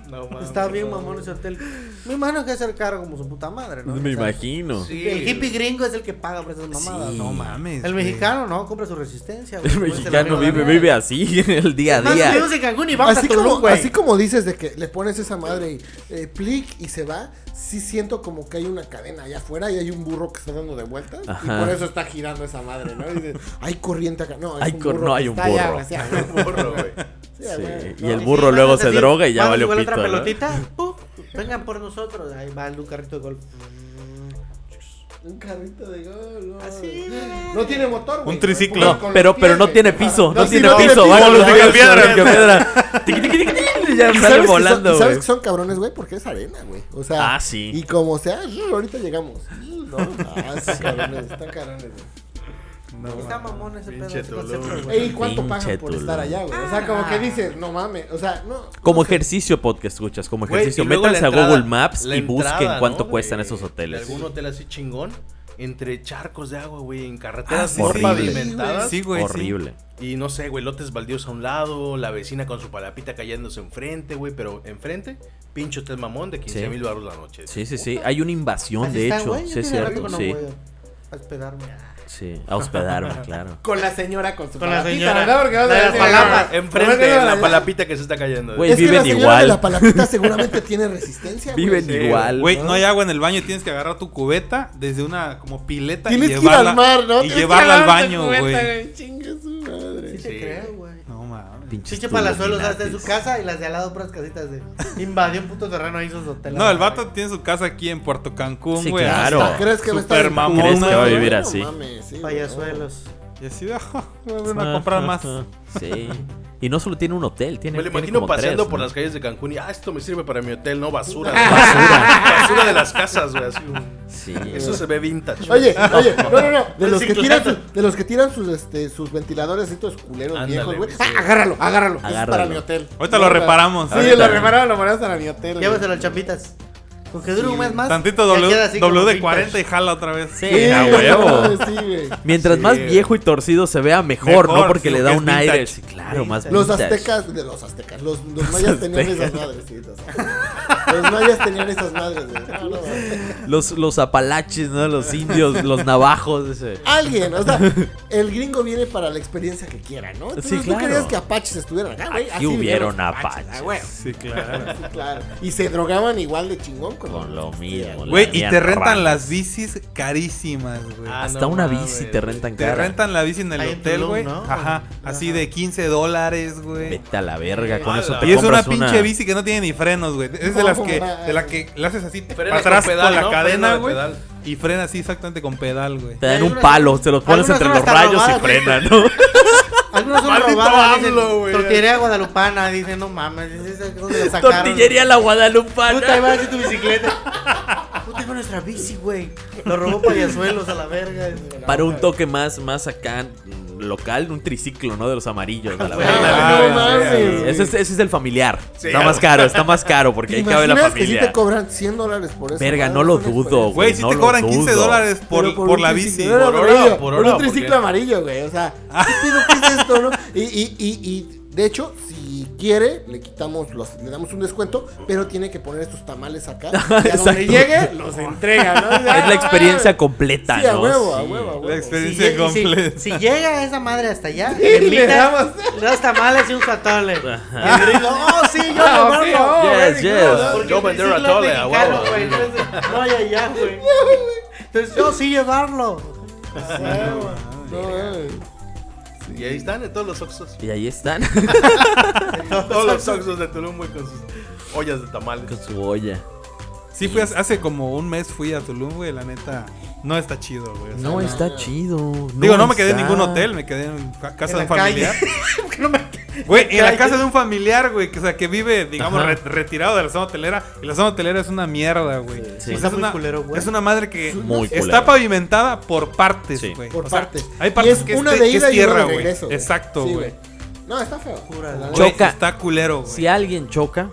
No, mames, Está bien no, mamón güey. ese hotel. Me imagino que es el caro como su puta madre, ¿no? Me O sea, imagino. Sí, El hippie gringo es el que paga por esas mamadas, Sí. ¿no? No mames. El güey. mexicano, ¿no? Compra su resistencia. güey. El Como es mexicano amigo vive, Daniel. vive así el día a Más día. vivimos en Cancún y vamos Así a Tulum, como, güey. así como dices de que le pones esa madre y eh, plic y se va, sí siento como que hay una cadena allá afuera y hay un burro que está dando de vueltas Ajá. y por eso está girando esa madre, ¿no? Y dices, hay corriente acá. No, es Hay un cor- burro no que hay un está allá, burro. o sea, Burro, güey. sí, a ver, Sí, ¿no? y el Sí, burro vas luego se así, droga y ya vas valió igual pito. otra ¿no? pelotita, ¡puf! vengan por nosotros. Ahí va el carrito de golf. Un carrito de gol. no. Así, güey. No tiene motor, güey. Un triciclo. Con- No, con pero, los pero no pies, tiene güey. piso, no, sí, tiene piso, va piso, con los güey. picapiedra, picapiedra. Tiqui, tiqui, tiqui, tiqui, y ya Y sale sabes, que volando, son, sabes güey. que son cabrones, güey, porque es arena, güey. O sea, Ah, sí. y como sea, ahorita llegamos. No, ah, están cabrones, están cabrones, güey. Está mamón ese pedo. Pinche ese concepto, Tulum. güey. Ey, ¿cuánto Pinche pagan por Tulum. estar allá, güey? O sea, Ah. como que dices, no mames, o sea, no. Como ejercicio podcast escuchas, como Güey, ejercicio. y luego Métanse la a entrada- Google Maps la y busquen entrada, cuánto ¿no? cuestan De- esos hoteles. De algún hotel así chingón. Entre charcos de agua, güey, en carreteras Ah, no horrible. pavimentadas. Sí, güey. sí. Horrible. Y no sé, güey, lotes baldíos a un lado, la vecina con su palapita cayéndose enfrente, güey, pero enfrente, pinche hotel mamón de 15 mil baros la noche. Sí, sí, sí. Hay una invasión, Así de está, hecho. güey, yo sí, es tiene cierto. rato que sí, no voy a- A hospedarme. sí. A hospedarme, claro. Con la señora, con su Con la palapita, señora. ¿verdad? Porque vas a De ver las si- palapas. Enfrente, Porque en no, la no, palapita que se está cayendo. Güey, Es que la Viven señora de igual. la palapita seguramente tiene resistencia. güey. Viven Sí. igual. Güey, no hay agua en el baño, tienes que agarrar tu cubeta desde una como pileta Tienes y que ir llevarla al mar, ¿no? y Tienes que llevarla al lavar tu baño, cubeta, güey. Chingue su madre. Sí te Sí. creo, güey. No mames. Pinches Pinche palazuelos Illuminatis. hasta en su casa y las de al lado puras casitas de. Invadió un puto terreno ahí sus hoteles. No, el vato tiene su casa aquí en Puerto Cancún, Sí, güey. claro. Hasta ¿Crees que va a estar Super en tu mamón, ¿Crees que va a güey? vivir No así? mames, sí, güey, Payasuelos. Y así, ajá, van a comprar más. Sí. Y no solo tiene un hotel, tiene. Me lo tiene imagino como tres, paseando ¿no? por las calles de Cancún y, ah, esto me sirve para mi hotel, no basura. Basura. basura de las casas, güey, así. güey. Sí. Eso se ve vintage. no. Oye, oye, no, no, no. De los que Reciclando. tiran, sus- de los que tiran sus, este, sus ventiladores y todos culeros Ándale, viejos, güey. güey, sí. Ah, agárralo, agárralo. Eso Es Agárralo. para mi hotel. Ahorita lo reparamos. Sí, lo reparamos, lo reparamos para mi hotel. güey. Llévaselo al champitas. Con que dure un mes más. Oh. Tantito ya queda W, así como W de vintage. 40 y jala otra vez. Sí, Sí, a huevo. sí, güey. Mientras Sí. más viejo y torcido se vea, mejor, Mejor, ¿no? Porque sí, le lo da que es un aire. vintage. Sí, claro, más Los vintage. aztecas, de los aztecas, los, los mayas tenían esas madres, sí, los, los mayas tenían esas madres, güey. No, no, Los, los apalaches, ¿no? Los indios, los navajos. Ese. Alguien, o sea, el gringo viene para la experiencia que quiera, ¿no? Entonces, Sí, ¿tú claro. querías que apaches estuvieran acá, güey? Aquí Así vinieron hubieron los apaches. ah, güey. Sí, claro. Sí, claro. Y se drogaban igual de chingón con, Con lo mismo. Güey, y la te mía rentan rara. las bicis carísimas, güey. Ah, Hasta no una mames, bici te güey. rentan Te cara. rentan la bici en el Ahí en hotel, Tulum, güey. ¿no? Ajá, así de 15 dólares, güey. Vete a la verga, con Ala. eso te Y es una compras pinche bici que no tiene ni frenos, güey. Es de las que, de la que la haces así Frena para atrás con con, pedal, la ¿no? Frena cadena, de güey. pedal. Y frena así exactamente con pedal, güey. Te dan un Algunas- palo, te los pones algunas entre son los hasta rayos y robadas, güey. frena, ¿no? Algunos son Maldito AMLO, robadas. dicen, güey. Tortillería guadalupana. Dicen, no mames. es esa- ¿Dónde la sacaron? Tortillería la Guadalupana. Puta, ahí va así tu bicicleta. Puta, iba nuestra bici, güey. Lo robó payasuelos a la verga. Para un toque más, más acá mm, local, un triciclo, ¿no? De los amarillos, a la Ah, verga. no Ah, sí, mames. Ese es, ese es el familiar. Sí. Está más caro, está más caro porque ¿Te ahí cabe la imaginas que sí familia. te cobran 100 dólares por eso? Verga, madre? no lo Es una dudo, experiencia. güey, Güey, si no te lo cobran 15 dudo. dólares por, Pero por, un la triciclo bici. amarillo, por hora, amarillo, por por hora, un triciclo porque- amarillo, güey. O sea, ¿qué pedo qué es esto, no? Y, y, y, y, de hecho, si quiere, le quitamos los, le damos un descuento, pero tiene que poner estos tamales acá. Y a Exacto. donde llegue, los entrega, ¿no? Es la experiencia completa, Sí, a ¿no? huevo, a Sí. huevo, a huevo. La Si, experiencia llega- si- completa. si llega esa madre hasta allá, le le invitan damos- dos tamales y un satole. Ajá. Y el gringo, oh, sí, oh, yo lo barro. Yes, yes. Porque Yo el vender triciclo es atole, a mexicano, huevo. güey, entonces, No, hay allá, güey. Entonces, yo sí llevarlo. No, eh, güey. Y ahí están en todos los oxos. Y ahí están Todos los oxos de Tulum, güey, con sus ollas de tamales. con su olla. Sí, fui hace, hace como un mes fui a Tulum, güey. La neta, no está chido, güey. o sea, No está chido. Digo, no me quedé en está. ningún hotel, me quedé en ca- casa En de un la calle. familiar. Güey, en la calle. casa de un familiar, güey, que, o sea, que vive, digamos, Ajá. re- retirado de la zona hotelera. Y la zona hotelera es una mierda, güey. O sea, Está es, muy una, culero, güey. es una madre que Muy culero. está pavimentada por partes, Sí. güey. Por O sea, partes. hay Y partes es que, es una te- de que es ida y una tierra, de güey. regreso, güey. Exacto, Sí, güey. No, está feo. Pura la- Güey, Choca. Está culero, güey. Si alguien choca,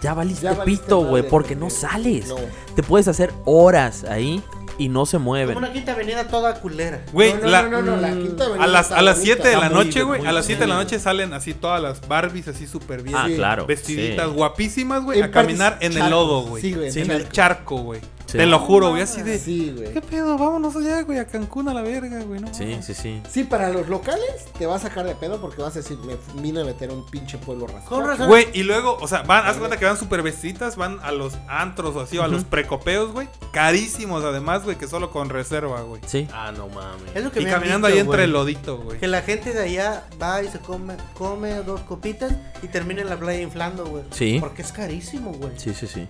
ya valiste Ya valiste pito, madre, güey, porque no porque- sales. no. Te puedes hacer horas ahí y no se mueven. Como una quinta avenida toda culera. Güey, no, no, la- no, no, no, la quinta A avenida las, está a las bonita. 7 de la Está muy noche, bien, güey. muy A las 7 de la bien. noche salen así todas las Barbies, así súper bien. Ah, Sí. claro. Vestiditas, sí. guapísimas, güey. A En partes caminar en el charcos, lodo, güey. sí, güey, en en el charcos. charco, güey. Sí. Te lo juro, güey. Así de. Sí, güey. ¿Qué pedo? Vámonos allá, güey. A Cancún a la verga, güey. No, Sí, sí, sí. Sí, para los locales te va a sacar de pedo porque vas a decir, me vine a meter a un pinche pueblo Con rascado. razón. Güey, y luego, o sea, van, haz cuenta que van súper vestiditas, van a los antros o así, o a los precopeos, güey. Carísimos, además, güey, que solo con reserva, güey. Sí. Ah, no mames. Es lo que Y me han caminando dicho, ahí entre güey. el lodito, güey. Que la gente de allá va y se come, come dos copitas y termina en la playa inflando, güey. Sí. Porque es carísimo, güey. Sí, sí, sí.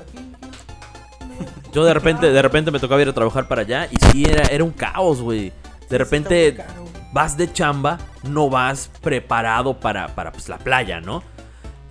Aquí, aquí. Yo de repente, de repente me tocaba ir a trabajar para allá y sí, era, era un caos, güey. De repente Está muy caro. vas de chamba, no vas preparado para, para pues, la playa, ¿no?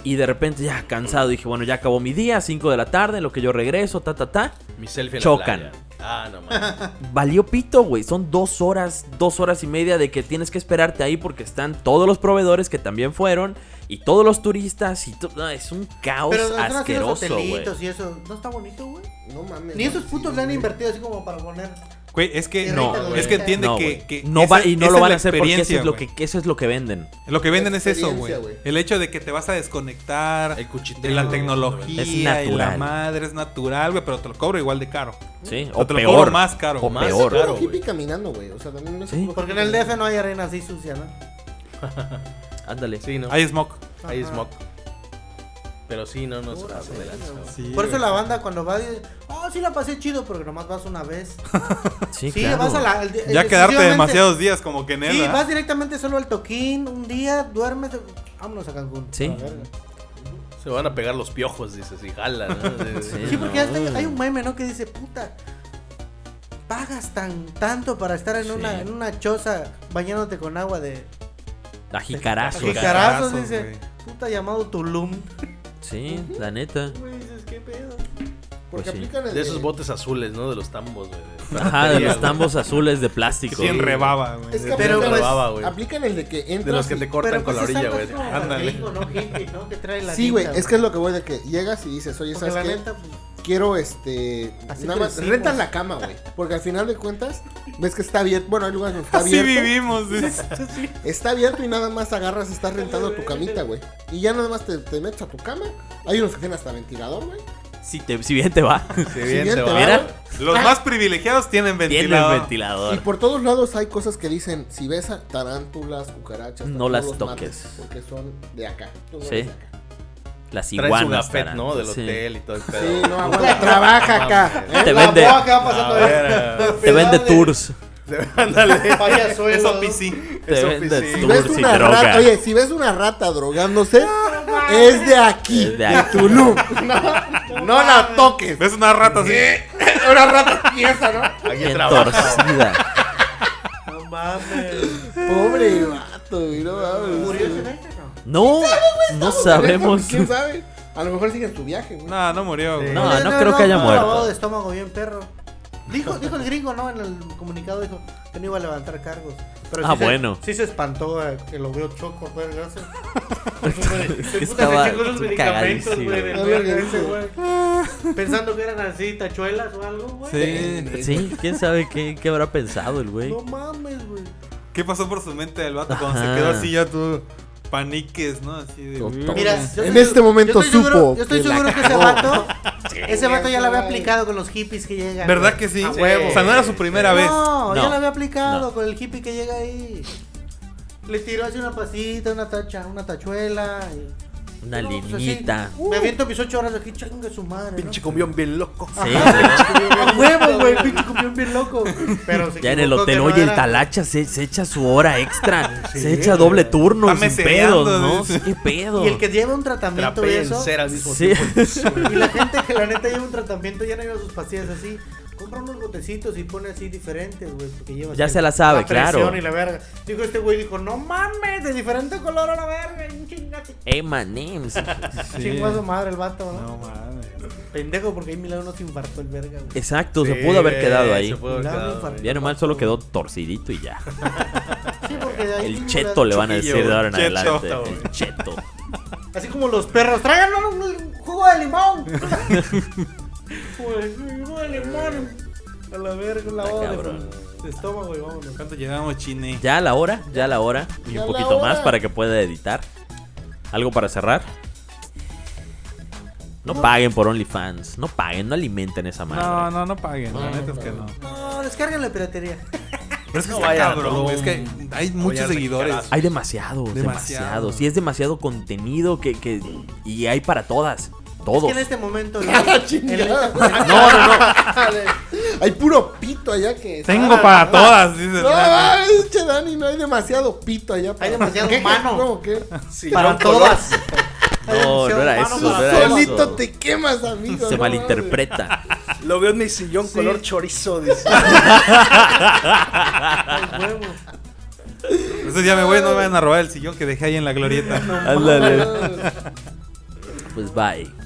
Y de repente ya cansado, dije, bueno, ya acabó mi día, 5 de la tarde, en lo que yo regreso, ta, ta, ta. Mi selfie en la Chocan. playa. Ah, no mames. Valió pito, güey. Son dos horas, dos horas y media de que tienes que esperarte ahí porque están todos los proveedores que también fueron y todos los turistas y to- no, es un caos Pero nosotros así los asqueroso, güey. hotelitos y eso, ¿no está bonito, güey? No mames. Ni esos putos sí, le han güey. invertido así como para poner. Güey, es que Qué no, rico, es que güey. entiende No, que, güey. que no esa- va, y no esa lo es van la a hacer porque eso experiencia, es lo güey. que eso es lo que venden. Lo que venden es eso, güey. experiencia, güey. El hecho de que te vas a desconectar El cuchiteo. de la tecnología Es y la natural. madre es natural, güey, pero te lo cobro igual de caro. Sí, O o te lo cobro peor, más caro, o más peor. caro. Pero hippie caminando, güey. O sea, también no es Sí. un poco- Porque en el DF no hay arena así sucia, ¿no? Ándale. Sí, no. Hay smoke. Hay Ajá. smoke. Pero sí, no, no se pasen de lanza. güey. Por eso la banda cuando va dice, oh, sí la pasé chido, pero nomás vas una vez. Sí, Sí, claro. vas a la. el- el- Ya quedarte exclusivamente- demasiados días como que en Sí, vas directamente solo al toquín, un día, duermes, vámonos a Cancún. Sí. Se van a pegar los piojos, dices, y jala, ¿no? Sí. Sí, porque no. hasta hay- hay un meme, ¿no? Que dice, puta, pagas tan tanto para estar en, Sí. una, en una choza bañándote con agua de La jicarazo. Sí, jicarazos, jicarazos, dice, güey. puta llamado Tulum. Sí, la neta. Güey, dices, qué pedo. Porque Pues sí. aplican el De esos de- botes azules, ¿no? De los tambos, güey. Ajá, de los güey. tambos azules de Que plástico. sí enrebaba, güey. Es que Pero, aplican, pues, baba, güey. aplican el de que entras. De los que te y- cortan con la pues, orilla, es güey. algo como Ándale. gringo, ¿no? Hippie, ¿no? Que trae la Sí, güey. tinta, Es que es lo que voy de que llegas y dices, oye, Porque ¿sabes la qué? neta, pues, quiero este. Así nada más, crecimos. rentas la cama, güey. Porque al final de cuentas, ves que está abierto. Bueno, hay lugares donde está Así abierto. vivimos. dice. Está abierto y nada más agarras, estás rentando tu camita, güey. Y ya nada más te, te metes a tu cama. Hay unos que tienen hasta ventilador, güey. Si, te, si bien te va, Sí, Si bien, bien te te va. va, Mira. Los más privilegiados tienen tiene ventilador. el Y ventilador. por todos lados hay cosas que dicen, si ves a tarántulas, cucarachas, No las tarántulas, mates, toques. porque son de acá. Tú no Sí. eres de acá. Las Traen su iguanas, gafet, cara. ¿no? Del Sí. hotel y todo el pedo. Ah, Sí, no, aguanta, trabaja acá. Mames. ¿eh? Te La vende- boca pasando A ver, Te vende tours. eh, ándale. Payasuelos. Es OPC. Te Eso vende sí. Si ves tours y una rata, droga. oye, si ves una rata drogándose, es de aquí, Es de de, aquí. Tulum. No la toques. ¿Ves una rata así? Una rata pieza, ¿no? Aquí Bien trabaja. torcida. No mames. Pobre vato, güey, no mames. ¿Murió ese verga o no? No, no sabemos. ¿Quién sabe? A lo mejor sigue en su viaje, güey. No, no murió, güey. No, no creo que haya fue un muerto. lavado de estómago bien perro. Dijo, dijo el gringo, ¿no? En el comunicado dijo que no iba a levantar cargos. Pero Ah, sí se- bueno. sí se espantó eh, que lo veo choco, güey, gracias. Es que Se puta, estaba se chingó los medicamentos, cagadísimo. güey, del No había lugar leído. ese, güey. Pensando que eran así tachuelas o algo, güey. Sí. Sí, quién sabe qué, qué habrá pensado el güey. No mames, güey. ¿Qué pasó por su mente del vato cuando Ajá. se quedó así ya tú paniques, ¿no? Así de. Total. Mira, En yo estoy este seguro- momento yo estoy supo seguro- yo estoy que la seguro que ese cagó. vato, ese vato ya eso lo había hay. aplicado con los hippies que llegan. ¿Verdad güey. que sí? A huevo. O sea, no era su primera vez. No, No, ya lo había aplicado no. con el hippie que llega ahí. Le tiró así una pasita, una tacha, una tachuela. y- Una No, pues así, linita. Uh. Me aviento mis ocho horas aquí, chingue su madre. Pinche combión bien loco. Sí, uh, güey. A huevo, güey, pinche comión bien loco. Pero se Ya en el equivocó que hotel, no oye, el era. talacha se, se echa su hora extra. se echa doble turno Está sin mesereando, pedos, ¿no? dice. ¿Qué pedo? Y el que lleva un tratamiento de Trapea en eso. cera al mismo Sí. tiempo. Y la gente que la neta lleva un tratamiento ya no lleva sus pastillas así. Compra unos botecitos y pone así diferentes, güey. Porque lleva Ya así se la sabe, claro. presión Y la verga. Dijo este güey, dijo, no mames, de diferente color a la verga. y un chingate. Emanems. Chingó a su madre el vato, ¿no? No mames. Pendejo, porque ahí Milagro no se infartó el verga, güey. Exacto, se pudo haber quedado ahí. Ah. Se pudo haber Claro, quedado, infarto. güey. Ya nomás solo quedó torcidito y ya. Sí, porque de ahí El mismo cheto la- le van a Chuquillo, decir de ahora en cheto, adelante. güey. El cheto. Así como los perros, tráiganme un, un jugo de limón. Pues, un jugo de limón. A la verga, un lavado Eh. cabrón. de, de estómago y vámonos. ¿Cuánto llevamos, Chine? Ya a la hora, ya a la hora. Y Ya un la poquito más hora. para que pueda editar. ¿Algo para cerrar? No paguen por OnlyFans. No paguen, no alimenten esa madre. No, no, no paguen. La neta es que no. No, descarguen la piratería. Pero es que No está vayan, cabrón, no. güey, Es que hay muchos Oye, seguidores. carajo. Hay demasiado, demasiado. Demasiado. Sí, es demasiado contenido que, que- Y hay para todas. Todos. Es que en este momento. la en Ah, chingada. este- No, no, no. Hay puro pito allá que. Tengo para todas, dices. No, ay, che, Dani, no hay demasiado pito allá. para- demasiado ¿Qué? humano. ¿Cómo que? Sí, para no, todas. No, no era eso. Hermano, No era Solito eso. te quemas, amigo. Se no mames. malinterpreta. Lo veo en mi sillón color chorizo. dice. Al huevo. Entonces ya me voy, no me vayan a robar el sillón que dejé ahí en la glorieta. Ándale. Pues bye.